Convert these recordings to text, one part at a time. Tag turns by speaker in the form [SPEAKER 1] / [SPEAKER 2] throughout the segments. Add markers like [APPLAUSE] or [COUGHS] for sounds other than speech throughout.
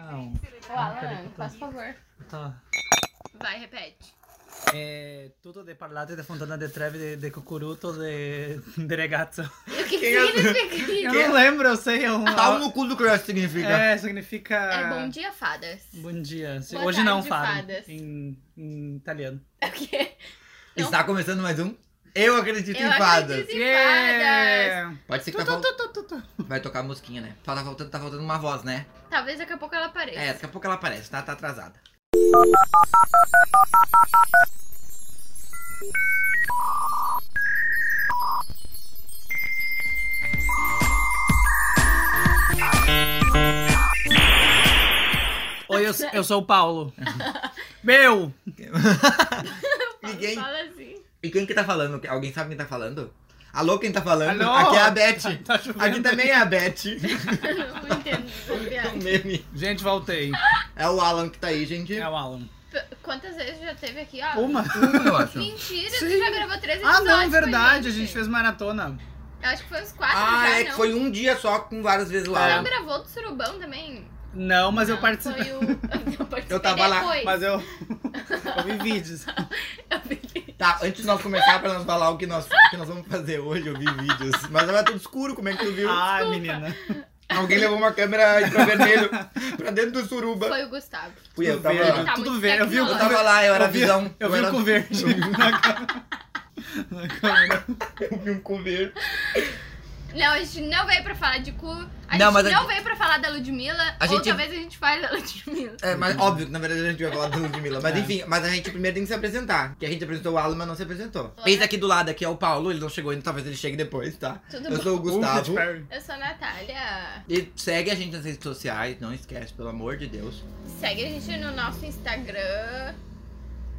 [SPEAKER 1] Ô, Alan, faz favor.
[SPEAKER 2] Tá.
[SPEAKER 1] Vai, repete.
[SPEAKER 2] Eh, tutto de parlate de Fontana de Trevi de, de Cucuruto de, [LAUGHS] de Regazzo.
[SPEAKER 1] E o que
[SPEAKER 3] Quem é-
[SPEAKER 1] significa
[SPEAKER 2] Eu
[SPEAKER 1] isso?
[SPEAKER 2] não lembro, eu sei. É, um,
[SPEAKER 3] Pau no cu do crush significa.
[SPEAKER 2] é significa.
[SPEAKER 1] É bom dia, fadas.
[SPEAKER 3] Hum.
[SPEAKER 2] Bom dia. Se-
[SPEAKER 1] Boa
[SPEAKER 2] Hoje não
[SPEAKER 1] tarde,
[SPEAKER 2] falo
[SPEAKER 1] fadas.
[SPEAKER 2] em, em italiano.
[SPEAKER 1] É o quê? Não.
[SPEAKER 3] Está começando mais um Eu Acredito
[SPEAKER 1] Eu
[SPEAKER 3] em Fadas.
[SPEAKER 1] acredito em fadas.
[SPEAKER 3] Pode ser que
[SPEAKER 2] Tu,
[SPEAKER 3] tá
[SPEAKER 2] tu,
[SPEAKER 3] fal...
[SPEAKER 2] tu, tu, tu, tu.
[SPEAKER 3] vai tocar a musiquinha, né? Tá, tá faltando, tá faltando uma voz, né?
[SPEAKER 1] Talvez daqui a pouco ela apareça.
[SPEAKER 3] É, daqui a pouco ela aparece, tá, tá atrasada.
[SPEAKER 2] Oi, eu, eu sou o
[SPEAKER 1] [LAUGHS]
[SPEAKER 2] Paulo. Meu!
[SPEAKER 3] Ninguém.
[SPEAKER 1] Fala assim. [LAUGHS]
[SPEAKER 3] E quem que tá falando? Alguém sabe quem tá falando? Alô, quem tá falando?
[SPEAKER 2] Alô?
[SPEAKER 3] Aqui é a Beth.
[SPEAKER 2] Tá chovendo.
[SPEAKER 3] Aqui também é
[SPEAKER 2] [LAUGHS]
[SPEAKER 3] a Beth.
[SPEAKER 1] não entendo essa
[SPEAKER 3] É um
[SPEAKER 1] piada.
[SPEAKER 3] meme.
[SPEAKER 2] Gente, voltei.
[SPEAKER 3] É o Alan que tá aí, gente.
[SPEAKER 2] É o Alan.
[SPEAKER 1] P- Quantas vezes já teve aqui? ó?
[SPEAKER 2] Uma?
[SPEAKER 3] Uma, eu acho.
[SPEAKER 1] Mentira,
[SPEAKER 2] Sim.
[SPEAKER 1] tu já gravou três
[SPEAKER 2] Ah,
[SPEAKER 1] episódios.
[SPEAKER 2] não, é
[SPEAKER 1] com
[SPEAKER 2] verdade. A gente fez maratona.
[SPEAKER 1] Acho que foi uns quatro
[SPEAKER 3] Ah,
[SPEAKER 1] já,
[SPEAKER 3] é que
[SPEAKER 1] não.
[SPEAKER 3] foi Ah. um dia só com várias vezes
[SPEAKER 1] Tu
[SPEAKER 3] lá.
[SPEAKER 1] não gravou do surubão também?
[SPEAKER 2] Não, mas eu
[SPEAKER 1] Não,
[SPEAKER 2] participei.
[SPEAKER 1] Foi o... [LAUGHS] Eu, participei
[SPEAKER 3] Eu tava lá,
[SPEAKER 1] depois.
[SPEAKER 2] Mas eu. [LAUGHS] eu vi vídeos.
[SPEAKER 1] Eu
[SPEAKER 2] É.
[SPEAKER 1] fiquei-
[SPEAKER 3] Tá, antes de nós começar pra nós falar o que nós, o que nós vamos fazer hoje, eu vi vídeos. Mas tava tudo escuro, como é que tu viu?
[SPEAKER 2] Ai, menina.
[SPEAKER 3] Alguém levou uma câmera [LAUGHS] infravermelho pra dentro do suruba.
[SPEAKER 1] Foi o Gustavo.
[SPEAKER 3] Fui eu,
[SPEAKER 2] Tudo
[SPEAKER 3] tava
[SPEAKER 2] verde,
[SPEAKER 3] lá.
[SPEAKER 1] Tá
[SPEAKER 2] Tudo
[SPEAKER 1] muito
[SPEAKER 2] verde. Eu vi o
[SPEAKER 3] Eu
[SPEAKER 1] tecnológico.
[SPEAKER 3] tava lá, eu um era
[SPEAKER 2] vi,
[SPEAKER 3] visão.
[SPEAKER 2] Eu vi
[SPEAKER 3] era...
[SPEAKER 2] o cu
[SPEAKER 3] [LAUGHS]
[SPEAKER 2] verde na câmera. [LAUGHS] Na câmera.
[SPEAKER 3] Eu vi um cu verde.
[SPEAKER 1] Não, a gente não veio pra falar de cu. A
[SPEAKER 3] Não,
[SPEAKER 1] gente
[SPEAKER 3] mas a-
[SPEAKER 1] não veio pra falar da Ludmilla.
[SPEAKER 3] A
[SPEAKER 1] ou
[SPEAKER 3] gente-
[SPEAKER 1] talvez a gente fale da Ludmilla.
[SPEAKER 3] É, mas óbvio que na verdade a gente vai falar do Ludmilla. Mas
[SPEAKER 2] É.
[SPEAKER 3] enfim, mas a gente primeiro tem que se apresentar. Que a gente apresentou o Alan, mas não se apresentou.
[SPEAKER 1] Olá.
[SPEAKER 3] Esse aqui do lado aqui é o Paulo, ele não chegou ainda, talvez ele chegue depois, tá?
[SPEAKER 1] Tudo
[SPEAKER 3] Eu
[SPEAKER 1] bom?
[SPEAKER 3] sou o Gustavo.
[SPEAKER 2] Uh, Katy Perry.
[SPEAKER 1] Eu sou a Natália.
[SPEAKER 3] E segue a gente nas redes sociais, não esquece, pelo amor de Deus.
[SPEAKER 1] Segue a gente no nosso Instagram.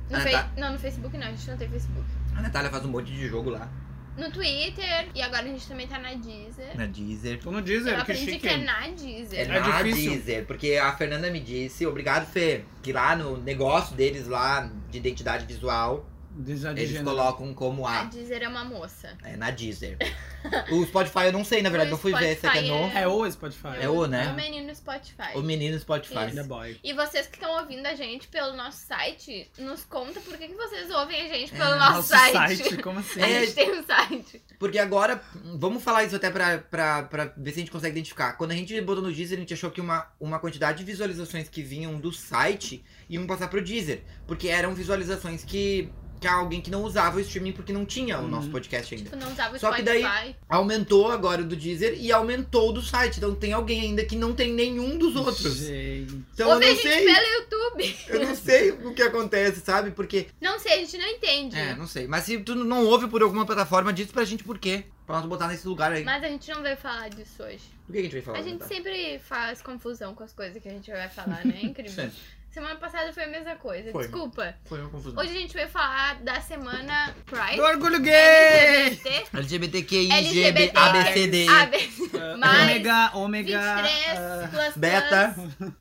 [SPEAKER 1] No
[SPEAKER 3] Ah,
[SPEAKER 1] Fe-
[SPEAKER 3] tá.
[SPEAKER 1] Não, no Facebook não, a gente não tem Facebook.
[SPEAKER 3] A Natália faz um monte de jogo lá,
[SPEAKER 1] No Twitter. E agora a gente também tá na Deezer.
[SPEAKER 3] na Deezer.
[SPEAKER 2] Tô no
[SPEAKER 1] Eu
[SPEAKER 2] Deezer, que
[SPEAKER 1] aprendi que é
[SPEAKER 2] chique.
[SPEAKER 1] na
[SPEAKER 3] É,
[SPEAKER 1] Deezer.
[SPEAKER 2] É
[SPEAKER 3] na
[SPEAKER 2] difícil.
[SPEAKER 3] Deezer, porque a Fernanda me disse, obrigado Fê, que lá no negócio deles lá de identidade visual,
[SPEAKER 2] Deezer de
[SPEAKER 3] eles
[SPEAKER 2] gênero.
[SPEAKER 3] colocam como
[SPEAKER 1] A
[SPEAKER 3] A.
[SPEAKER 1] Deezer é uma moça.
[SPEAKER 3] É na Deezer. o Spotify eu não sei, na verdade,
[SPEAKER 1] O
[SPEAKER 3] eu fui ver se é que é
[SPEAKER 1] Spotify
[SPEAKER 3] no.
[SPEAKER 1] é-
[SPEAKER 2] É o Spotify.
[SPEAKER 3] É o, né?
[SPEAKER 1] O menino Spotify.
[SPEAKER 3] O menino Spotify.
[SPEAKER 2] The Boy.
[SPEAKER 1] E vocês que estão ouvindo a gente pelo nosso site, nos conta por que, que vocês ouvem a gente
[SPEAKER 3] É,
[SPEAKER 1] pelo nosso, site.
[SPEAKER 2] como assim?
[SPEAKER 1] [LAUGHS] A gente tem um site.
[SPEAKER 3] Porque agora, vamos falar isso até pra, pra, pra ver se a gente consegue identificar. Quando a gente botou no Deezer, a gente achou que uma, uma quantidade de visualizações que vinham do site iam passar pro Deezer. Porque eram visualizações que, que alguém que não usava o streaming porque não tinha o
[SPEAKER 2] Uhum.
[SPEAKER 3] nosso podcast ainda.
[SPEAKER 1] Tipo, não usava o
[SPEAKER 3] Só que
[SPEAKER 1] Spotify.
[SPEAKER 3] daí- então Aumentou agora o do Deezer e aumentou o do site. Então tem alguém ainda que não tem nenhum dos outros.
[SPEAKER 2] Gente.
[SPEAKER 3] Então
[SPEAKER 1] Ouve
[SPEAKER 3] eu
[SPEAKER 1] a
[SPEAKER 3] não
[SPEAKER 1] gente
[SPEAKER 3] sei.
[SPEAKER 1] pelo YouTube.
[SPEAKER 3] Eu não sei o que acontece, sabe? Porque.
[SPEAKER 1] Não sei, a gente não entende.
[SPEAKER 3] É, não sei. Mas se tu não ouve por alguma plataforma, diz pra gente por quê. Pra nós botar nesse lugar aí.
[SPEAKER 1] Mas a gente não veio falar disso hoje.
[SPEAKER 3] Do que a gente vai falar?
[SPEAKER 1] A gente
[SPEAKER 3] Natália?
[SPEAKER 1] sempre faz confusão com as coisas que a gente vai falar,
[SPEAKER 3] [LAUGHS]
[SPEAKER 1] né? É incrível.
[SPEAKER 3] Sim,
[SPEAKER 1] semana passada foi a mesma coisa.
[SPEAKER 3] Foi.
[SPEAKER 1] Desculpa.
[SPEAKER 3] Foi uma confusão.
[SPEAKER 1] Hoje a gente veio falar da semana Pride.
[SPEAKER 2] Do orgulho gay!
[SPEAKER 1] LGBT.
[SPEAKER 3] LGBTQI,
[SPEAKER 1] LGBT.
[SPEAKER 3] ABCD,
[SPEAKER 1] ABC. Mais
[SPEAKER 2] Ah, Ômega, ômega.
[SPEAKER 1] 23
[SPEAKER 2] ah,
[SPEAKER 1] plus, plus.
[SPEAKER 3] Beta,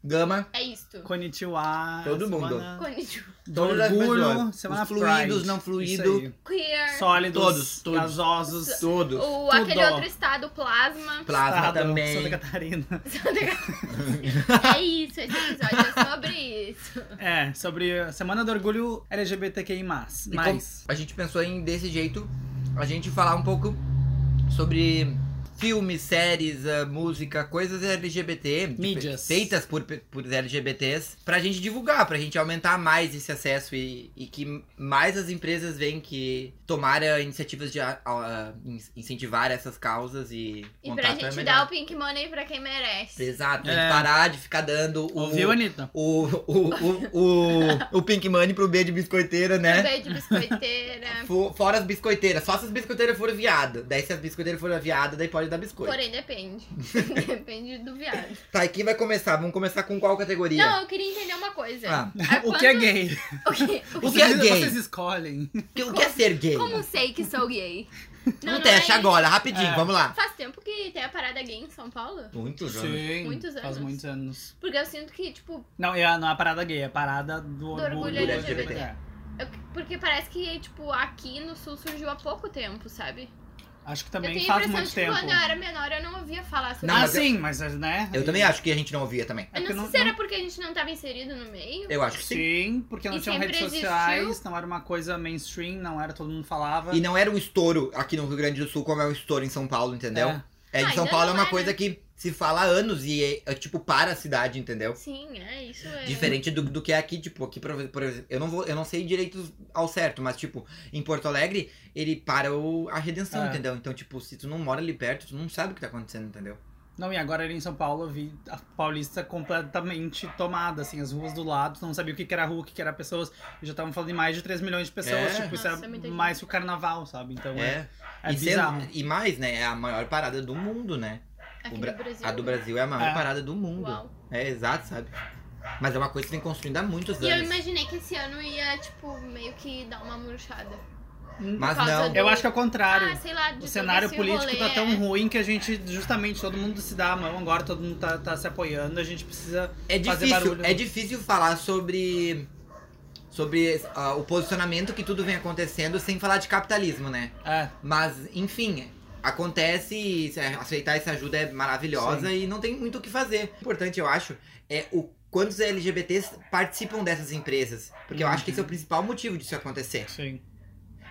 [SPEAKER 3] Gama.
[SPEAKER 1] É isto.
[SPEAKER 2] Konnichiwa.
[SPEAKER 3] Todo mundo.
[SPEAKER 2] semana
[SPEAKER 1] Konnichiwa.
[SPEAKER 2] Do
[SPEAKER 3] Todas as
[SPEAKER 2] orgulho.
[SPEAKER 3] pessoas.
[SPEAKER 2] Semana
[SPEAKER 3] Os fluidos,
[SPEAKER 2] Pride.
[SPEAKER 3] não fluido.
[SPEAKER 2] Isso aí.
[SPEAKER 1] Queer.
[SPEAKER 2] Sólidos.
[SPEAKER 3] Todos, todos.
[SPEAKER 2] Gasosos.
[SPEAKER 3] Todos.
[SPEAKER 1] o, aquele
[SPEAKER 2] Tudo.
[SPEAKER 1] outro estado, plasma.
[SPEAKER 3] Plasma
[SPEAKER 2] Estado, Santa
[SPEAKER 3] também.
[SPEAKER 2] Catarina.
[SPEAKER 1] é isso, esse episódio é sobre isso.
[SPEAKER 2] É, sobre a Semana do Orgulho LGBTQI+.
[SPEAKER 3] E
[SPEAKER 2] Mas...
[SPEAKER 3] como a gente pensou em, desse jeito, a gente falar um pouco sobre filmes, séries, ah, música, coisas LGBT. de-
[SPEAKER 2] Mídias.
[SPEAKER 3] tipo, Feitas por, pe- por LGBTs, pra gente divulgar, pra gente aumentar mais esse acesso e, e que mais as empresas venham que tomar ah, iniciativas de a- a- in- incentivar essas causas e
[SPEAKER 1] E pra
[SPEAKER 3] contato é
[SPEAKER 1] gente
[SPEAKER 3] melhor.
[SPEAKER 1] dar o pink money pra quem merece.
[SPEAKER 3] Exato, pra
[SPEAKER 2] É.
[SPEAKER 3] gente parar de ficar dando o...
[SPEAKER 2] Ouviu, Anitta?
[SPEAKER 3] O, o, o, o, o Pink Money pro B de biscoiteira, né?
[SPEAKER 1] Um beijo
[SPEAKER 3] [LAUGHS]
[SPEAKER 1] biscoiteira.
[SPEAKER 3] Fo- Fora as biscoiteiras. Só se as biscoiteiras forem viada. Daí se as biscoiteiras forem viada, daí pode dar biscoito.
[SPEAKER 1] Porém,
[SPEAKER 3] [LAUGHS]
[SPEAKER 1] depende. depende do viado.
[SPEAKER 3] Tá, e quem vai começar? Vamos começar com qual categoria?
[SPEAKER 1] Não, eu queria entender uma coisa.
[SPEAKER 3] Ah,
[SPEAKER 1] A
[SPEAKER 2] O que é
[SPEAKER 1] quanto-
[SPEAKER 2] gay?
[SPEAKER 1] o que- o que-
[SPEAKER 3] O que é
[SPEAKER 2] vocês,
[SPEAKER 3] gay?
[SPEAKER 2] Vocês escolhem.
[SPEAKER 3] que- o que é ser gay?
[SPEAKER 1] Como sei que sou
[SPEAKER 3] [LAUGHS]
[SPEAKER 1] gay?
[SPEAKER 3] Um teste
[SPEAKER 1] é
[SPEAKER 3] agora, rapidinho,
[SPEAKER 2] É.
[SPEAKER 3] vamos lá.
[SPEAKER 1] isso. Faz tempo que tem a parada gay em São Paulo?
[SPEAKER 3] Muito jovem.
[SPEAKER 2] Sim.
[SPEAKER 1] Muitos
[SPEAKER 2] Faz
[SPEAKER 1] anos.
[SPEAKER 2] muitos anos.
[SPEAKER 1] Porque eu sinto que, tipo,
[SPEAKER 2] Não, é a- não é a parada gay, é a parada do, orgulho,
[SPEAKER 1] orgulho
[SPEAKER 3] LGBT.
[SPEAKER 2] É,
[SPEAKER 1] eu- porque parece que, tipo, aqui no sul surgiu há pouco tempo, sabe?
[SPEAKER 2] Acho que
[SPEAKER 1] eu
[SPEAKER 2] também
[SPEAKER 1] tenho a
[SPEAKER 2] faz
[SPEAKER 1] impressão
[SPEAKER 2] muito
[SPEAKER 1] de
[SPEAKER 2] tempo.
[SPEAKER 1] que quando eu era menor eu não ouvia falar sobre
[SPEAKER 3] Não,
[SPEAKER 2] ah,
[SPEAKER 1] isso.
[SPEAKER 3] mas eu-
[SPEAKER 2] sim, mas né?
[SPEAKER 3] Eu também acho que a gente não É. ouvia também.
[SPEAKER 2] é
[SPEAKER 1] eu
[SPEAKER 2] que
[SPEAKER 1] não
[SPEAKER 2] não-
[SPEAKER 1] sei se era
[SPEAKER 2] não-
[SPEAKER 1] porque a gente não tava inserido no meio.
[SPEAKER 3] Eu acho que sim.
[SPEAKER 2] Sim, porque não
[SPEAKER 1] E
[SPEAKER 2] tinham
[SPEAKER 1] sempre
[SPEAKER 2] redes
[SPEAKER 1] existiu.
[SPEAKER 2] sociais, não era uma coisa mainstream, não era todo mundo falava.
[SPEAKER 3] E não era um estouro aqui no Rio Grande do Sul como é um estouro em São Paulo, entendeu?
[SPEAKER 2] É.
[SPEAKER 3] É,
[SPEAKER 1] Ah,
[SPEAKER 3] em São
[SPEAKER 1] ainda
[SPEAKER 3] Paulo é
[SPEAKER 1] não
[SPEAKER 3] uma
[SPEAKER 1] é,
[SPEAKER 3] coisa
[SPEAKER 1] né?
[SPEAKER 3] que se fala há anos e é, é, tipo para a cidade, entendeu?
[SPEAKER 1] Sim, é isso. É.
[SPEAKER 3] Diferente do, do que é aqui, tipo, aqui, por, por exemplo, eu não, vou, eu não sei direito ao certo, mas, tipo, em Porto Alegre, ele para o, a redenção,
[SPEAKER 2] É.
[SPEAKER 3] entendeu? Então, tipo, se tu não mora ali perto, tu não sabe o que tá acontecendo, entendeu?
[SPEAKER 2] Não, e agora ali em São Paulo eu vi a Paulista completamente tomada, assim, as ruas do lado, tu não sabia o que que era rua, o que que era pessoas, e já estavam falando de mais de 3 milhões de pessoas,
[SPEAKER 3] É.
[SPEAKER 2] tipo, isso
[SPEAKER 1] Nossa,
[SPEAKER 2] era
[SPEAKER 1] é muita
[SPEAKER 2] mais que o carnaval, sabe? Então é,
[SPEAKER 3] É.
[SPEAKER 2] é,
[SPEAKER 3] e, sendo-
[SPEAKER 2] bizarro.
[SPEAKER 3] e mais, né? É a maior parada do mundo, né?
[SPEAKER 1] Aqui
[SPEAKER 3] Bra-
[SPEAKER 1] no Brasil. né?
[SPEAKER 3] A do Brasil é a maior
[SPEAKER 2] É.
[SPEAKER 3] parada do mundo.
[SPEAKER 1] Uau.
[SPEAKER 3] É, exato, sabe? Mas é uma coisa que vem construindo há muitos
[SPEAKER 1] E eu
[SPEAKER 3] anos.
[SPEAKER 1] imaginei que esse ano ia, tipo, meio que dar uma murchada.
[SPEAKER 3] Mas
[SPEAKER 1] por causa
[SPEAKER 3] não.
[SPEAKER 1] do-
[SPEAKER 2] Eu acho que é o contrário.
[SPEAKER 1] Ah, sei lá, de
[SPEAKER 2] O
[SPEAKER 1] todo
[SPEAKER 2] cenário
[SPEAKER 1] esse
[SPEAKER 2] político tá
[SPEAKER 1] rolê,
[SPEAKER 2] tão
[SPEAKER 1] é.
[SPEAKER 2] ruim que a gente, justamente, todo mundo se dá a mão agora, todo mundo tá, tá se apoiando, a gente precisa.
[SPEAKER 3] É
[SPEAKER 2] fazer
[SPEAKER 3] difícil,
[SPEAKER 2] barulho.
[SPEAKER 3] é difícil falar sobre sobre ah, o posicionamento que tudo vem acontecendo sem falar de capitalismo, né?
[SPEAKER 2] É,
[SPEAKER 3] Mas, enfim, acontece e se- aceitar essa ajuda é maravilhosa e não tem muito o que fazer. O importante, eu acho, é o quantos LGBTs participam dessas empresas, porque eu acho que esse é o principal motivo disso acontecer.
[SPEAKER 2] sim.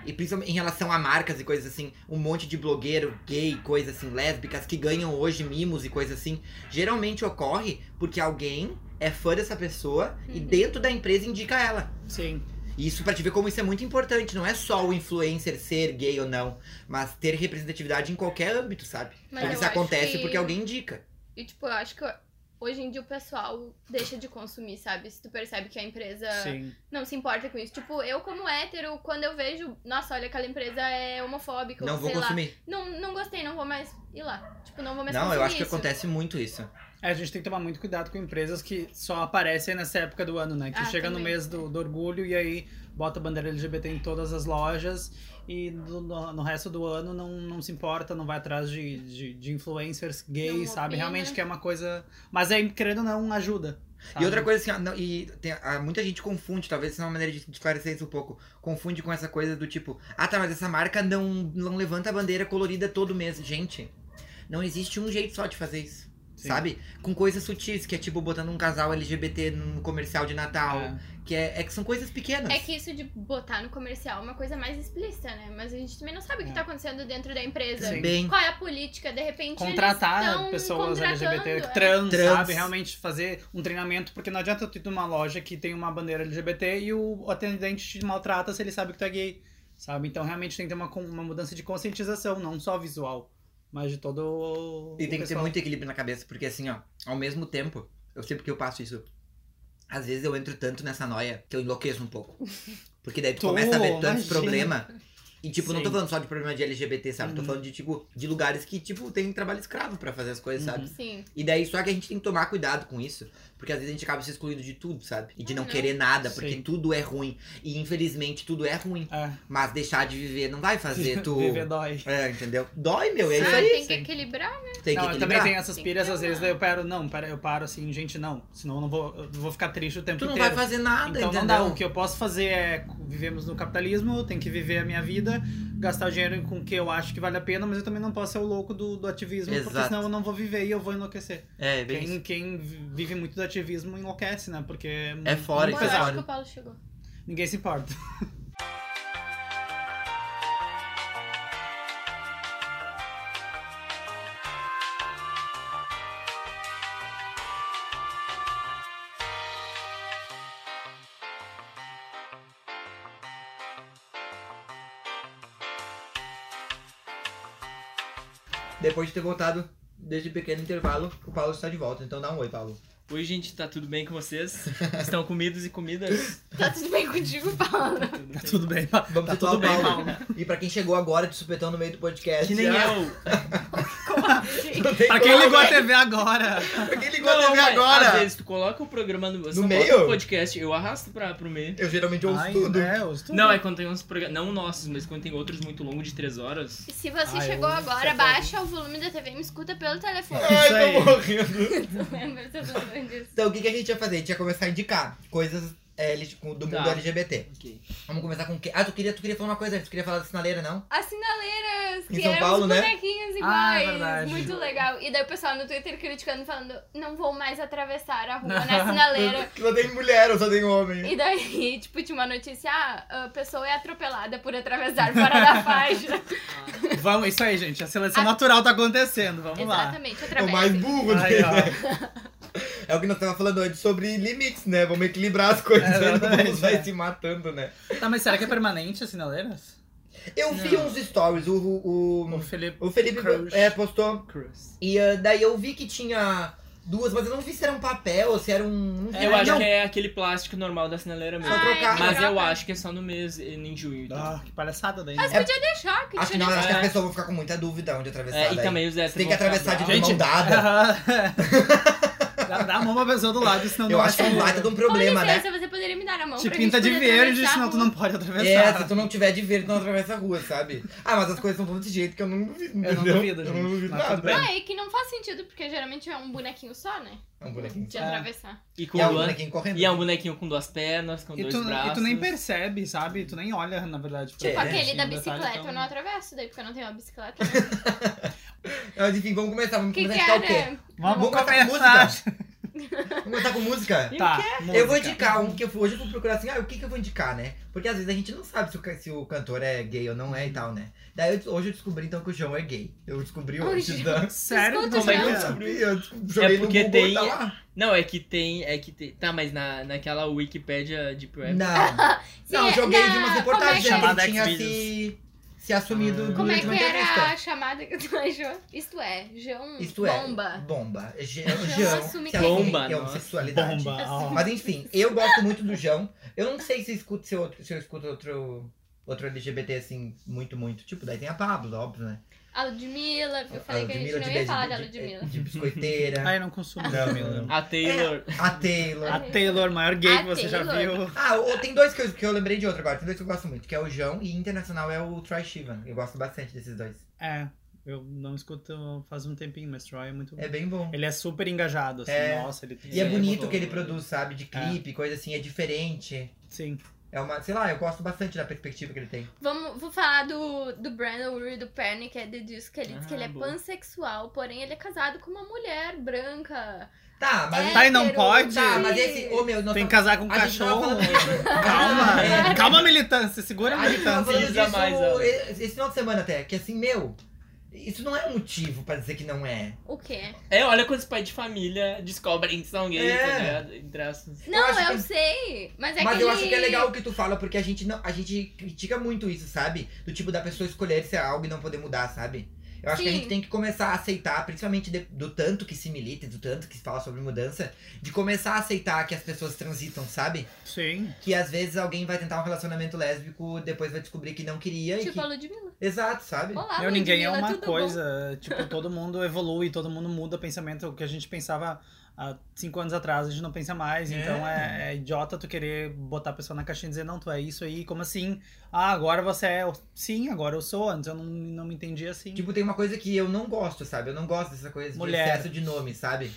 [SPEAKER 3] E principalmente em relação a marcas e coisas assim, um monte de blogueiro gay, coisas assim, lésbicas, que ganham hoje mimos e coisas assim. Geralmente ocorre porque alguém é fã dessa pessoa e
[SPEAKER 1] Uhum.
[SPEAKER 3] dentro da empresa indica ela.
[SPEAKER 2] Sim.
[SPEAKER 3] E isso pra te ver como isso é muito importante. Não é só o influencer ser gay ou não, mas ter representatividade em qualquer âmbito, sabe?
[SPEAKER 1] Mas
[SPEAKER 3] porque
[SPEAKER 1] Ah, eu
[SPEAKER 3] isso
[SPEAKER 1] acho
[SPEAKER 3] acontece
[SPEAKER 1] que-
[SPEAKER 3] porque alguém indica.
[SPEAKER 1] E, tipo, eu acho que hoje em dia o pessoal deixa de consumir, sabe? Se tu percebe que a empresa
[SPEAKER 2] Sim.
[SPEAKER 1] não se importa com isso. Tipo, eu como hétero, quando eu vejo, nossa, olha, aquela empresa é homofóbica,
[SPEAKER 3] não
[SPEAKER 1] ou
[SPEAKER 3] vou
[SPEAKER 1] sei lá.
[SPEAKER 3] consumir.
[SPEAKER 1] Não, não gostei, não vou mais ir lá. Tipo, não vou mais
[SPEAKER 3] Não,
[SPEAKER 1] consumir
[SPEAKER 3] eu acho que
[SPEAKER 1] isso.
[SPEAKER 3] acontece muito isso.
[SPEAKER 2] É, a gente tem que tomar muito cuidado com empresas que só aparecem nessa época do ano, né? Que
[SPEAKER 1] Ah,
[SPEAKER 2] chega no
[SPEAKER 1] também.
[SPEAKER 2] mês do, do orgulho e aí bota a bandeira LGBT em todas as lojas e no, no- no resto do ano não, não se importa, não vai atrás de, de, de influencers gays,
[SPEAKER 1] Não
[SPEAKER 2] sabe?
[SPEAKER 1] opina.
[SPEAKER 2] Realmente que é uma coisa. Mas aí, querendo ou não, ajuda. sabe?
[SPEAKER 3] E outra coisa assim, ó, não, e tem, ah, muita gente confunde, talvez seja uma maneira de esclarecer isso um pouco. Confunde com essa coisa do tipo, ah tá, mas essa marca não, não levanta a bandeira colorida todo mês. Gente, não existe um jeito só de fazer isso.
[SPEAKER 2] Sim.
[SPEAKER 3] Sabe? Com coisas sutis, que é tipo botando um casal LGBT num comercial de Natal.
[SPEAKER 2] É.
[SPEAKER 3] Que é, é que são coisas pequenas.
[SPEAKER 1] É que isso de botar no comercial é uma coisa mais explícita, né? Mas a gente também não sabe o que
[SPEAKER 2] É.
[SPEAKER 1] tá acontecendo dentro da empresa.
[SPEAKER 2] Sim.
[SPEAKER 3] Bem,
[SPEAKER 1] Qual é a política? De repente eles
[SPEAKER 2] contratar
[SPEAKER 1] tão
[SPEAKER 2] pessoas
[SPEAKER 1] contratando,
[SPEAKER 2] LGBT
[SPEAKER 1] é.
[SPEAKER 2] trans,
[SPEAKER 3] Trans.
[SPEAKER 2] sabe? Realmente fazer um treinamento, porque não adianta tu ir numa loja que tem uma bandeira LGBT e o atendente te maltrata se ele sabe que tu é gay, sabe? Então realmente tem que ter uma, con- uma mudança de conscientização, não só visual, mas de todo o
[SPEAKER 3] E tem que ter
[SPEAKER 2] pessoal.
[SPEAKER 3] muito equilíbrio na cabeça, porque assim, ó, ao mesmo tempo, eu sei porque eu passo isso. Às vezes eu entro tanto nessa noia que eu enlouqueço
[SPEAKER 2] [LAUGHS]
[SPEAKER 3] um pouco. Porque daí tu
[SPEAKER 2] Tô,
[SPEAKER 3] começa a ver tantos
[SPEAKER 2] imagina.
[SPEAKER 3] problemas. E tipo, não tô
[SPEAKER 2] Sim.
[SPEAKER 3] falando só de problema de LGBT, sabe? Tô
[SPEAKER 2] Uhum.
[SPEAKER 3] falando de tipo, de lugares que, tipo, tem trabalho escravo pra fazer as coisas, sabe?
[SPEAKER 2] Uhum.
[SPEAKER 1] Sim.
[SPEAKER 3] E daí só que a gente tem que tomar cuidado com isso, porque às vezes a gente acaba se excluindo de tudo, sabe? E de não
[SPEAKER 1] Uhum.
[SPEAKER 3] querer nada, porque
[SPEAKER 2] Sim.
[SPEAKER 3] tudo é ruim. E infelizmente tudo é ruim.
[SPEAKER 2] É,
[SPEAKER 3] Mas deixar de viver não
[SPEAKER 2] [LAUGHS]
[SPEAKER 3] vai fazer tu.
[SPEAKER 2] viver dói.
[SPEAKER 3] É, entendeu? Dói, meu, é
[SPEAKER 1] Ah,
[SPEAKER 3] isso aí.
[SPEAKER 1] tem que
[SPEAKER 2] sim.
[SPEAKER 1] equilibrar.
[SPEAKER 2] Não, eu
[SPEAKER 3] Tem que
[SPEAKER 2] também
[SPEAKER 3] equilibrar.
[SPEAKER 2] tenho essas
[SPEAKER 1] Tem que um
[SPEAKER 2] pilhas, às
[SPEAKER 1] equilibrar.
[SPEAKER 2] vezes daí eu paro, não, pera, eu paro assim, gente, não, senão eu não vou, eu vou ficar triste o tempo
[SPEAKER 3] Tu não
[SPEAKER 2] inteiro.
[SPEAKER 3] vai fazer nada,
[SPEAKER 2] Então
[SPEAKER 3] entendeu?
[SPEAKER 2] não dá. O que eu posso fazer é vivemos no capitalismo, eu tenho que viver a minha vida, gastar o dinheiro com o que eu acho que vale a pena, mas eu também não posso ser o louco do, do ativismo,
[SPEAKER 3] Exato.
[SPEAKER 2] porque senão eu não vou viver e eu vou enlouquecer.
[SPEAKER 3] É, bem
[SPEAKER 2] Quem,
[SPEAKER 3] isso.
[SPEAKER 2] quem vive muito do ativismo enlouquece, né? Porque
[SPEAKER 3] É fora,
[SPEAKER 2] muito
[SPEAKER 1] Bom, eu acho
[SPEAKER 3] pesado.
[SPEAKER 2] pesado.
[SPEAKER 1] que o Paulo chegou.
[SPEAKER 2] Ninguém se importa.
[SPEAKER 3] Depois de ter voltado desde pequeno intervalo, o Paulo está de volta. Então dá um oi, Paulo.
[SPEAKER 4] Oi, gente, tá tudo bem com
[SPEAKER 2] [LAUGHS]
[SPEAKER 4] vocês? Estão comidos e comidas?
[SPEAKER 1] Tá tudo bem contigo, Paulo?
[SPEAKER 4] Tá tudo
[SPEAKER 2] Tudo
[SPEAKER 4] bem.
[SPEAKER 2] bem, [LAUGHS] tá
[SPEAKER 3] Vamos situar
[SPEAKER 2] tudo
[SPEAKER 3] o
[SPEAKER 2] bem,
[SPEAKER 3] Paulo.
[SPEAKER 2] Paulo.
[SPEAKER 3] E pra quem chegou agora de supetão no meio do podcast.
[SPEAKER 4] Que nem
[SPEAKER 3] ah,
[SPEAKER 4] eu.
[SPEAKER 1] Como assim?
[SPEAKER 3] [LAUGHS] não tem
[SPEAKER 2] Pra quem ligou a TV agora,
[SPEAKER 3] como. Pra quem ligou a TV
[SPEAKER 4] mas
[SPEAKER 3] agora.
[SPEAKER 4] Às vezes tu coloca o programa no, você
[SPEAKER 3] No
[SPEAKER 4] bota
[SPEAKER 3] meio?
[SPEAKER 4] o podcast, eu arrasto pra, pro meio.
[SPEAKER 3] Eu geralmente ouço
[SPEAKER 2] Ai,
[SPEAKER 3] tudo.
[SPEAKER 2] né, eu estou-
[SPEAKER 4] Não, é quando tem uns programas, não nossos, mas quando tem outros muito longos de três horas.
[SPEAKER 1] Se você
[SPEAKER 2] Ah,
[SPEAKER 1] chegou
[SPEAKER 2] eu-
[SPEAKER 1] agora,
[SPEAKER 2] você
[SPEAKER 1] baixa o volume da TV e me escuta pelo telefone. [LAUGHS]
[SPEAKER 3] Ai,
[SPEAKER 2] É Isso aí.
[SPEAKER 3] tô morrendo.
[SPEAKER 1] Lembra, eu tô falando disso.
[SPEAKER 3] Então o que, que a gente ia fazer? A gente ia começar a indicar coisas é, L- com- do
[SPEAKER 4] Tá.
[SPEAKER 3] mundo LGBT.
[SPEAKER 4] Ok.
[SPEAKER 3] Vamos começar com o quê? Ah, tu queria, tu queria falar uma coisa, tu queria falar da sinaleira, não?
[SPEAKER 1] As sinaleiras,
[SPEAKER 3] Em
[SPEAKER 1] que
[SPEAKER 3] São
[SPEAKER 1] eram
[SPEAKER 3] Paulo,
[SPEAKER 1] os
[SPEAKER 3] né?
[SPEAKER 1] bonequinhos
[SPEAKER 2] Ah, é
[SPEAKER 1] iguais.
[SPEAKER 2] verdade.
[SPEAKER 1] muito legal. E daí o pessoal no Twitter criticando, falando, não vou mais atravessar a rua na [LAUGHS] sinaleira.
[SPEAKER 3] Que só tem mulher, eu só tem homem.
[SPEAKER 1] E daí, tipo, tinha uma notícia, ah, a pessoa é atropelada por atravessar fora da faixa.
[SPEAKER 3] [LAUGHS]
[SPEAKER 2] Vamos, isso aí, gente. A seleção natural tá acontecendo. Vamos lá.
[SPEAKER 1] Ah. Exatamente,
[SPEAKER 3] É o
[SPEAKER 1] atravessa.
[SPEAKER 3] mais burro, né?
[SPEAKER 2] Aí, ó.
[SPEAKER 3] É o que nós tava falando antes sobre limites, né? Vamos equilibrar as coisas, [LAUGHS]
[SPEAKER 2] É,
[SPEAKER 3] não vamos
[SPEAKER 2] exatamente,
[SPEAKER 3] vai
[SPEAKER 2] é.
[SPEAKER 3] se matando, né?
[SPEAKER 2] Tá, mas será que é permanente as sinaleiras?
[SPEAKER 3] Eu vi
[SPEAKER 4] Não.
[SPEAKER 3] uns stories, o, o,
[SPEAKER 2] O Felipe
[SPEAKER 3] o, o Felipe
[SPEAKER 2] Cruz.
[SPEAKER 3] é, postou.
[SPEAKER 4] Cruz.
[SPEAKER 3] E ah, daí eu vi que tinha duas, mas eu não vi se era um papel ou se era um. Não vi,
[SPEAKER 4] eu
[SPEAKER 3] né?
[SPEAKER 4] acho
[SPEAKER 3] não.
[SPEAKER 4] que é aquele plástico normal da sinaleira mesmo.
[SPEAKER 3] Só trocar.
[SPEAKER 4] Mas eu
[SPEAKER 1] troca.
[SPEAKER 4] acho que é só no mês, eh, em junho. então.
[SPEAKER 2] Ah, que palhaçada daí.
[SPEAKER 1] Mas
[SPEAKER 2] né?
[SPEAKER 3] É-
[SPEAKER 1] podia deixar, que
[SPEAKER 3] Acho que
[SPEAKER 1] tinha
[SPEAKER 3] não, acho que as
[SPEAKER 4] É.
[SPEAKER 3] pessoas vão ficar com muita dúvida onde atravessar.
[SPEAKER 4] É, e
[SPEAKER 3] daí.
[SPEAKER 4] também os héteros
[SPEAKER 3] Tem que
[SPEAKER 4] vão ficar
[SPEAKER 3] atravessar de
[SPEAKER 4] bravos.
[SPEAKER 3] mão dada.
[SPEAKER 2] [LAUGHS] dá, dá a mão pra pessoa do lado, senão
[SPEAKER 3] Eu
[SPEAKER 2] não
[SPEAKER 3] acho que é um baita de um
[SPEAKER 1] Com
[SPEAKER 3] problema, né?
[SPEAKER 1] licença, você poderia me dar a mão
[SPEAKER 2] Te
[SPEAKER 1] pra
[SPEAKER 2] Tipo, pinta
[SPEAKER 1] gente
[SPEAKER 2] de
[SPEAKER 1] poder
[SPEAKER 2] verde,
[SPEAKER 1] atravessar a
[SPEAKER 2] senão tu
[SPEAKER 1] rua?
[SPEAKER 2] não tá pode
[SPEAKER 3] É,
[SPEAKER 2] atravessar.
[SPEAKER 3] se tu não tiver de verde, tu não atravessa a rua, sabe? Ah, mas as coisas são todas desse jeito que eu não duvido,
[SPEAKER 2] não
[SPEAKER 3] entendeu?
[SPEAKER 2] duvido,
[SPEAKER 3] Eu não
[SPEAKER 2] gente,
[SPEAKER 3] duvido
[SPEAKER 2] mas tudo
[SPEAKER 3] nada.
[SPEAKER 2] bem.
[SPEAKER 1] Ah, é que não faz sentido, porque geralmente é um bonequinho só, né?
[SPEAKER 3] É um bonequinho.
[SPEAKER 1] De
[SPEAKER 2] É.
[SPEAKER 1] atravessar.
[SPEAKER 4] E, com
[SPEAKER 3] E é um
[SPEAKER 4] duas-
[SPEAKER 3] bonequinho correndo.
[SPEAKER 4] e é um bonequinho com duas pernas, com
[SPEAKER 2] E
[SPEAKER 4] dois
[SPEAKER 2] tu,
[SPEAKER 4] braços.
[SPEAKER 2] e tu nem percebe, sabe? Tu nem olha, na verdade. pra
[SPEAKER 1] Tipo
[SPEAKER 3] É,
[SPEAKER 2] frente,
[SPEAKER 1] aquele da
[SPEAKER 2] no detalhe,
[SPEAKER 1] bicicleta,
[SPEAKER 2] então-
[SPEAKER 1] eu não atravesso daí, porque eu não tenho uma bicicleta. né?
[SPEAKER 3] [LAUGHS] Mas enfim, vamos começar. Vamos
[SPEAKER 1] que é, que
[SPEAKER 3] começar a indicar o quê?
[SPEAKER 1] era?
[SPEAKER 2] Vamos
[SPEAKER 3] Vamos começar com
[SPEAKER 2] começar.
[SPEAKER 1] [LAUGHS]
[SPEAKER 3] Vamos começar com música?
[SPEAKER 2] Tá,
[SPEAKER 3] Eu vou
[SPEAKER 2] música.
[SPEAKER 3] indicar um que eu fui, hoje eu fui procurar assim, ah, o que, que eu vou indicar, né? Porque às vezes a gente não sabe se o, ca- se o cantor é gay ou não é e tal, né? Daí eu- hoje eu descobri então que o João é gay. Eu descobri
[SPEAKER 1] Ai,
[SPEAKER 3] hoje.
[SPEAKER 1] gente.
[SPEAKER 3] da...
[SPEAKER 2] Sério?
[SPEAKER 1] Escuta,
[SPEAKER 2] Como é que
[SPEAKER 1] João.
[SPEAKER 2] eu
[SPEAKER 3] Eu
[SPEAKER 2] descobri? É
[SPEAKER 3] descobri, eu joguei no
[SPEAKER 4] porque
[SPEAKER 3] Google
[SPEAKER 4] tem-
[SPEAKER 3] e tá lá.
[SPEAKER 4] Não, é que tem. É que tem. Tá, mas na, naquela Wikipédia Deep Web.
[SPEAKER 1] [LAUGHS]
[SPEAKER 3] Não, não, eu
[SPEAKER 1] Sim,
[SPEAKER 3] joguei
[SPEAKER 1] na-
[SPEAKER 3] de umas
[SPEAKER 1] como é
[SPEAKER 3] reportagens
[SPEAKER 1] que-
[SPEAKER 3] que
[SPEAKER 2] é. Chamada
[SPEAKER 3] ele tinha
[SPEAKER 2] Xvideos. Ah.
[SPEAKER 3] se, se assumido
[SPEAKER 1] Como é
[SPEAKER 3] durante uma
[SPEAKER 1] que era
[SPEAKER 3] entrevista.
[SPEAKER 1] a chamada que tu [LAUGHS] achou? Isto é, João
[SPEAKER 3] Isto é,
[SPEAKER 1] Bomba.
[SPEAKER 3] bomba. Je-
[SPEAKER 1] João
[SPEAKER 3] João
[SPEAKER 1] assume
[SPEAKER 3] se
[SPEAKER 1] que é gay.
[SPEAKER 3] assume
[SPEAKER 4] Bomba,
[SPEAKER 3] que é
[SPEAKER 4] nossa.
[SPEAKER 3] homossexualidade.
[SPEAKER 2] Bomba. ó.
[SPEAKER 1] assim.
[SPEAKER 3] Mas enfim, eu gosto muito do João. Eu não sei se eu escuto, se eu, se eu escuto outro, outro LGBT assim, muito, muito. Tipo, daí tem a Pablo, óbvio, né?
[SPEAKER 1] A Ludmilla, eu falei que a gente não ia
[SPEAKER 3] beijo-
[SPEAKER 1] falar da
[SPEAKER 3] de-
[SPEAKER 1] Ludmilla.
[SPEAKER 3] De, biscoiteira.
[SPEAKER 2] Ai, não consumo.
[SPEAKER 3] Não,
[SPEAKER 2] Camila.
[SPEAKER 3] não.
[SPEAKER 4] A Taylor.
[SPEAKER 3] a Taylor.
[SPEAKER 2] A Taylor, maior gay
[SPEAKER 1] A
[SPEAKER 2] que você já
[SPEAKER 1] Taylor.
[SPEAKER 2] viu.
[SPEAKER 3] Ah, o- tem dois que eu, que eu lembrei de outro agora. Tem dois que eu gosto muito, que é o João e Internacional é o Troy Shivan. Eu gosto bastante desses dois.
[SPEAKER 2] É, eu não escuto faz um tempinho, mas Troy é muito
[SPEAKER 3] É bem bom.
[SPEAKER 2] Ele é super engajado, assim,
[SPEAKER 3] É.
[SPEAKER 2] nossa, ele tem...
[SPEAKER 3] E é
[SPEAKER 4] Sim,
[SPEAKER 3] bonito
[SPEAKER 4] é
[SPEAKER 3] o que ele
[SPEAKER 4] bom.
[SPEAKER 3] produz, sabe? De clipe, coisa assim, é diferente.
[SPEAKER 2] Sim.
[SPEAKER 3] É uma, sei lá, eu gosto bastante da perspectiva que ele tem.
[SPEAKER 1] Vamos, vou falar do, do Brandon Urie do Panic! At the Disco, que ele diz que
[SPEAKER 4] Ah,
[SPEAKER 1] ele é
[SPEAKER 4] boa.
[SPEAKER 1] pansexual, porém ele é casado com uma mulher branca.
[SPEAKER 3] Tá, mas.
[SPEAKER 1] É.
[SPEAKER 2] Tá, e não
[SPEAKER 1] hétero,
[SPEAKER 2] pode?
[SPEAKER 3] Tá,
[SPEAKER 1] sim.
[SPEAKER 3] mas esse. Ô meu, nós
[SPEAKER 2] Tem
[SPEAKER 3] tamo-
[SPEAKER 2] que casar com um
[SPEAKER 3] a gente tava
[SPEAKER 2] cachorro.
[SPEAKER 3] falando isso.
[SPEAKER 2] Calma, [LAUGHS]
[SPEAKER 3] É.
[SPEAKER 2] calma militância, segura a
[SPEAKER 3] A gente tava
[SPEAKER 2] militância.
[SPEAKER 3] falando
[SPEAKER 4] Precisa
[SPEAKER 3] disso
[SPEAKER 4] mais, ó.
[SPEAKER 3] e- esse final de semana até, que assim, meu, isso não é um motivo pra dizer que não é.
[SPEAKER 1] O quê?
[SPEAKER 4] É, olha quantos pais de família descobrem que são gays,
[SPEAKER 3] É.
[SPEAKER 4] tá ligado? Em traços.
[SPEAKER 1] Não,
[SPEAKER 3] acho
[SPEAKER 1] eu,
[SPEAKER 3] que-
[SPEAKER 1] sei. Mas é
[SPEAKER 3] Mas
[SPEAKER 1] que
[SPEAKER 3] eu
[SPEAKER 1] ele-
[SPEAKER 3] acho que é legal o que tu fala, porque a gente não. A gente critica muito isso, sabe? Do tipo da pessoa escolher ser algo e não poder mudar, sabe? Eu acho que a
[SPEAKER 1] Sim.
[SPEAKER 3] gente tem que começar a aceitar, principalmente de- do tanto que se milita, e do tanto que se fala sobre mudança, de começar a aceitar que as pessoas transitam, sabe?
[SPEAKER 2] Sim.
[SPEAKER 3] Que às vezes alguém vai tentar um relacionamento lésbico, depois vai descobrir que não queria e
[SPEAKER 1] Tipo a
[SPEAKER 3] que...
[SPEAKER 1] Ludmilla.
[SPEAKER 3] Exato, sabe?
[SPEAKER 1] Olá,
[SPEAKER 2] Meu, ninguém é
[SPEAKER 1] Ludmilla,
[SPEAKER 2] uma
[SPEAKER 1] tudo bom?
[SPEAKER 2] coisa. Tipo, todo mundo evolui, todo mundo muda pensamento. O que a gente pensava há cinco anos atrás, a gente não pensa mais.
[SPEAKER 3] É.
[SPEAKER 2] Então é, é idiota tu querer botar a pessoa na caixinha e dizer, não, tu é isso aí, como assim? Ah, agora você é. Sim, agora eu sou. Antes eu não, não me entendi assim.
[SPEAKER 3] Tipo, tem uma coisa que eu não gosto, sabe? Eu não gosto dessa coisa
[SPEAKER 2] Mulher.
[SPEAKER 3] de excesso de nome, sabe?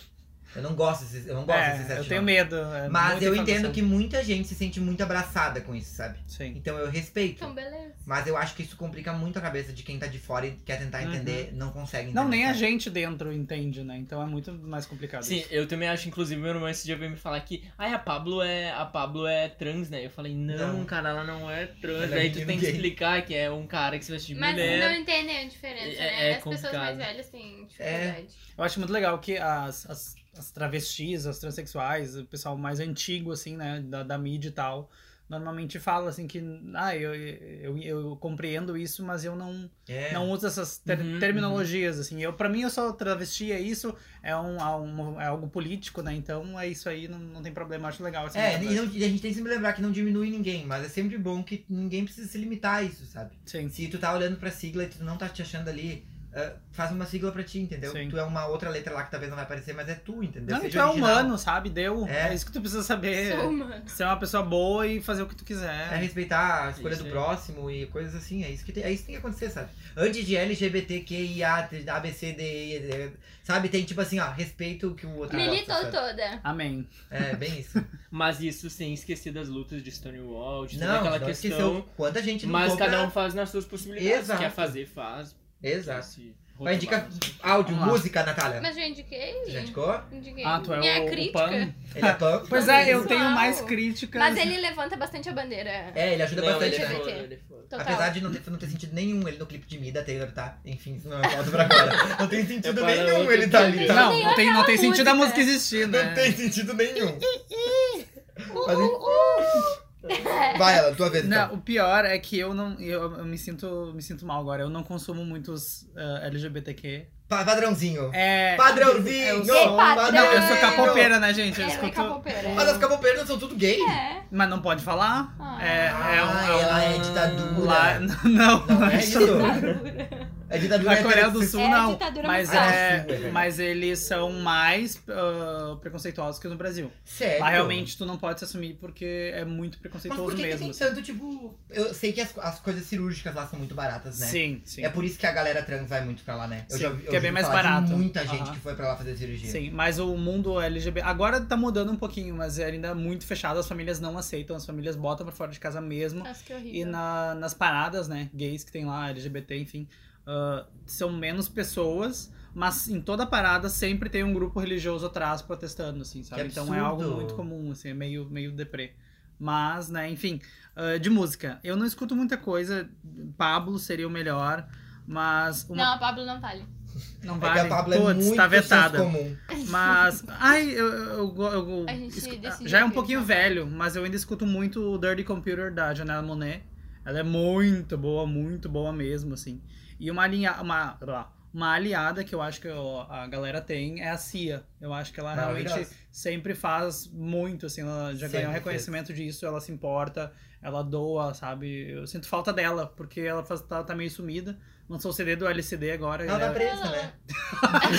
[SPEAKER 3] Eu não gosto desse, eu não gosto desse
[SPEAKER 2] é,
[SPEAKER 3] excesso
[SPEAKER 2] eu
[SPEAKER 3] de
[SPEAKER 2] tenho
[SPEAKER 3] nome.
[SPEAKER 2] medo. é
[SPEAKER 3] Mas
[SPEAKER 2] muita
[SPEAKER 3] eu
[SPEAKER 2] informação.
[SPEAKER 3] entendo que muita gente se sente muito abraçada com isso, sabe?
[SPEAKER 2] Sim.
[SPEAKER 3] Então eu respeito.
[SPEAKER 1] Então, beleza.
[SPEAKER 3] Mas eu acho que isso complica muito a cabeça de quem tá de fora e quer tentar
[SPEAKER 2] Uhum.
[SPEAKER 3] entender, não consegue entender.
[SPEAKER 2] Não, nem a
[SPEAKER 3] sabe?
[SPEAKER 2] gente dentro entende, né? Então é muito mais complicado.
[SPEAKER 4] Sim,
[SPEAKER 2] isso.
[SPEAKER 4] eu também acho, inclusive, meu irmão esse dia veio me falar que ai, a Pablo é. A Pablo é trans, né? Eu falei, não,
[SPEAKER 3] Não.
[SPEAKER 4] cara, ela não é trans.
[SPEAKER 3] Ela é
[SPEAKER 4] Aí tu tem que
[SPEAKER 3] gay.
[SPEAKER 4] explicar que é um cara que se veste de
[SPEAKER 1] Mas não
[SPEAKER 4] mulher.
[SPEAKER 1] entendem a diferença,
[SPEAKER 4] É-
[SPEAKER 1] né?
[SPEAKER 4] é
[SPEAKER 1] As pessoas
[SPEAKER 4] complicado.
[SPEAKER 1] mais velhas
[SPEAKER 3] É.
[SPEAKER 1] têm dificuldade.
[SPEAKER 2] Eu acho muito legal que as, as, as travestis, as transexuais, o pessoal mais antigo, assim, né? Da, da mídia e tal, normalmente fala assim que, ah, eu, eu, eu compreendo isso, mas eu não,
[SPEAKER 3] É.
[SPEAKER 2] não uso essas ter-
[SPEAKER 4] Uhum,
[SPEAKER 2] terminologias, assim. Eu, pra mim, eu só travesti, é isso, é, um, é, um- é algo político, né? Então é isso aí, não, não tem problema, acho legal. essa
[SPEAKER 3] É,
[SPEAKER 2] mudança.
[SPEAKER 3] e, não- e a gente tem que sempre lembrar que não diminui ninguém, mas é sempre bom que ninguém precisa se limitar a isso, sabe?
[SPEAKER 2] Sim.
[SPEAKER 3] Se tu tá olhando pra sigla e tu não tá te achando ali, ah, faz uma sigla pra ti, entendeu?
[SPEAKER 2] Sim.
[SPEAKER 3] Tu é uma outra letra lá que talvez não vai aparecer, mas é tu, entendeu?
[SPEAKER 2] Não, tu
[SPEAKER 3] Seja
[SPEAKER 2] é
[SPEAKER 3] original.
[SPEAKER 2] humano, sabe? Deu.
[SPEAKER 3] É.
[SPEAKER 2] É. isso que tu precisa saber.
[SPEAKER 1] Sou humano.
[SPEAKER 2] Ser uma pessoa boa e fazer o que tu
[SPEAKER 3] É
[SPEAKER 2] quiser.
[SPEAKER 3] respeitar a escolha
[SPEAKER 4] Isso
[SPEAKER 3] do
[SPEAKER 4] aí.
[SPEAKER 3] próximo e coisas assim. É isso que tem, é isso que, tem que acontecer, sabe? Antes de LGBTQIA, ABCDE, sabe? Tem tipo assim, ó, respeito o que o outro gosta,
[SPEAKER 1] Militou
[SPEAKER 3] sabe?
[SPEAKER 1] toda.
[SPEAKER 2] Amém.
[SPEAKER 3] tá É, bem
[SPEAKER 4] [LAUGHS]
[SPEAKER 3] isso.
[SPEAKER 4] Mas isso sem esquecer das lutas de Stonewall, de toda
[SPEAKER 3] não,
[SPEAKER 4] aquela
[SPEAKER 3] não
[SPEAKER 4] questão.
[SPEAKER 3] esqueceu quanta gente não
[SPEAKER 4] Mas
[SPEAKER 3] compra-
[SPEAKER 4] cada um faz nas suas possibilidades.
[SPEAKER 3] Exato.
[SPEAKER 4] Quer fazer, faz.
[SPEAKER 3] Exato.
[SPEAKER 4] Se
[SPEAKER 3] Vai indicar
[SPEAKER 4] rotular, mas-
[SPEAKER 3] áudio,
[SPEAKER 2] Vamos lá.
[SPEAKER 3] música, Natália.
[SPEAKER 1] Mas já indiquei.
[SPEAKER 3] Já indicou?
[SPEAKER 1] Indiquei.
[SPEAKER 2] Ah, tu é
[SPEAKER 1] Minha
[SPEAKER 2] o, o
[SPEAKER 1] crítica.
[SPEAKER 2] Pan?
[SPEAKER 3] Ele
[SPEAKER 4] [LAUGHS]
[SPEAKER 3] é punk.
[SPEAKER 2] Pois é, eu
[SPEAKER 1] Uau.
[SPEAKER 2] tenho mais críticas.
[SPEAKER 1] Mas ele levanta bastante a bandeira.
[SPEAKER 3] É, ele ajuda
[SPEAKER 4] Não,
[SPEAKER 3] bastante,
[SPEAKER 4] ele
[SPEAKER 1] né?
[SPEAKER 4] foi, ele é foi.
[SPEAKER 1] Total.
[SPEAKER 3] Apesar de não ter, não ter sentido nenhum ele no clipe de Mida Taylor, tá? Enfim, isso não é pauta pra agora. Não tem sentido
[SPEAKER 4] É para
[SPEAKER 3] nenhum
[SPEAKER 4] outro
[SPEAKER 3] ele tá ali,
[SPEAKER 4] dia.
[SPEAKER 3] tá?
[SPEAKER 2] Não, não tem, não tem
[SPEAKER 1] aquela
[SPEAKER 2] sentido a
[SPEAKER 1] música.
[SPEAKER 2] música existir, né?
[SPEAKER 3] Não tem sentido nenhum.
[SPEAKER 1] Uh,
[SPEAKER 3] Mas-
[SPEAKER 1] uh, uh.
[SPEAKER 3] Vai, ela, tua vez. então.
[SPEAKER 2] Não, o pior é que eu não. Eu, eu me, sinto, me sinto mal agora. Eu não consumo muitos ah, LGBTQ.
[SPEAKER 3] Pa- Padrãozinho.
[SPEAKER 2] É.
[SPEAKER 3] Padrãozinho!
[SPEAKER 2] Eu
[SPEAKER 1] Ei,
[SPEAKER 2] sou,
[SPEAKER 1] padrão!
[SPEAKER 2] não, eu sou
[SPEAKER 1] Padrão!
[SPEAKER 2] capopeira, né, gente? Eu
[SPEAKER 1] Ela é
[SPEAKER 2] escuto-
[SPEAKER 1] capoeira.
[SPEAKER 3] Mas as cabopeiras são tudo gay.
[SPEAKER 1] É.
[SPEAKER 2] Mas não pode falar?
[SPEAKER 1] Ah.
[SPEAKER 2] É, é um.
[SPEAKER 3] Ah,
[SPEAKER 2] é um-
[SPEAKER 3] ela é ditadura.
[SPEAKER 2] lá- [LAUGHS] Não,
[SPEAKER 3] Não é isso. É ditadura
[SPEAKER 2] Na Coreia do Sul,
[SPEAKER 3] heterossexual.
[SPEAKER 1] É a
[SPEAKER 2] não.
[SPEAKER 1] ditadura
[SPEAKER 2] Mas,
[SPEAKER 1] mundial.
[SPEAKER 3] Ah, do Sul, é
[SPEAKER 2] é,
[SPEAKER 3] verdade.
[SPEAKER 2] mas eles são mais ah, preconceituosos que no Brasil.
[SPEAKER 3] Sério?
[SPEAKER 2] Lá realmente tu não pode se assumir porque é muito
[SPEAKER 3] É Mas por
[SPEAKER 2] preconceituoso
[SPEAKER 3] que, que
[SPEAKER 2] mesmo.
[SPEAKER 3] tem tanto, tipo... Eu sei que as, as coisas cirúrgicas lá são muito baratas, né?
[SPEAKER 2] Sim, sim.
[SPEAKER 3] É por isso que a galera trans vai muito pra lá, né?
[SPEAKER 2] Sim,
[SPEAKER 3] ouvi-
[SPEAKER 2] que é bem
[SPEAKER 3] ouvi
[SPEAKER 2] mais
[SPEAKER 3] falar de
[SPEAKER 2] barato.
[SPEAKER 3] muita gente
[SPEAKER 2] Aham.
[SPEAKER 3] que foi pra lá fazer cirurgia.
[SPEAKER 2] Sim, mas o mundo LGBT agora tá mudando um pouquinho, mas é ainda muito fechado, as famílias não aceitam, as famílias botam pra fora de casa mesmo.
[SPEAKER 1] Nossa, É. que
[SPEAKER 2] E
[SPEAKER 1] horrível.
[SPEAKER 2] na- nas paradas, né, gays que tem lá, LGBT, enfim, ah, são menos pessoas, mas em toda parada sempre tem um grupo religioso atrás protestando, assim, sabe?
[SPEAKER 3] Que
[SPEAKER 2] Então é algo
[SPEAKER 3] absurdo.
[SPEAKER 2] muito comum, assim, é meio, meio deprê. Mas, né, enfim, ah, de música. Eu não escuto muita coisa, Pablo seria o melhor, mas uma
[SPEAKER 1] Não, a Pablo não vale.
[SPEAKER 2] não
[SPEAKER 3] É
[SPEAKER 2] vale.
[SPEAKER 3] que a Pablo é
[SPEAKER 2] Puts,
[SPEAKER 3] muito
[SPEAKER 2] tá
[SPEAKER 3] senso
[SPEAKER 2] vetada.
[SPEAKER 3] comum.
[SPEAKER 2] Mas. Ai, eu. eu, eu- eu-
[SPEAKER 1] A gente
[SPEAKER 2] escu-
[SPEAKER 1] decidiu
[SPEAKER 2] já é um
[SPEAKER 1] aqui,
[SPEAKER 2] pouquinho
[SPEAKER 1] tá?
[SPEAKER 2] velho, mas eu ainda escuto muito o Dirty Computer da Janela Monet. Ela é muito boa, muito boa mesmo, assim. E uma, linha, uma, lá, uma aliada que eu acho que eu- a galera tem é a Cia. Eu acho que ela realmente
[SPEAKER 3] Maravilhosa.
[SPEAKER 2] sempre faz muito, assim. Ela já
[SPEAKER 3] Sempre
[SPEAKER 2] ganhou reconhecimento disso, ela se importa, ela doa, sabe? Eu sinto falta dela, porque ela faz- tá, tá meio sumida. Lançou o CD do LCD agora.
[SPEAKER 3] Ela tá
[SPEAKER 2] né?
[SPEAKER 3] presa, né?
[SPEAKER 2] [LAUGHS]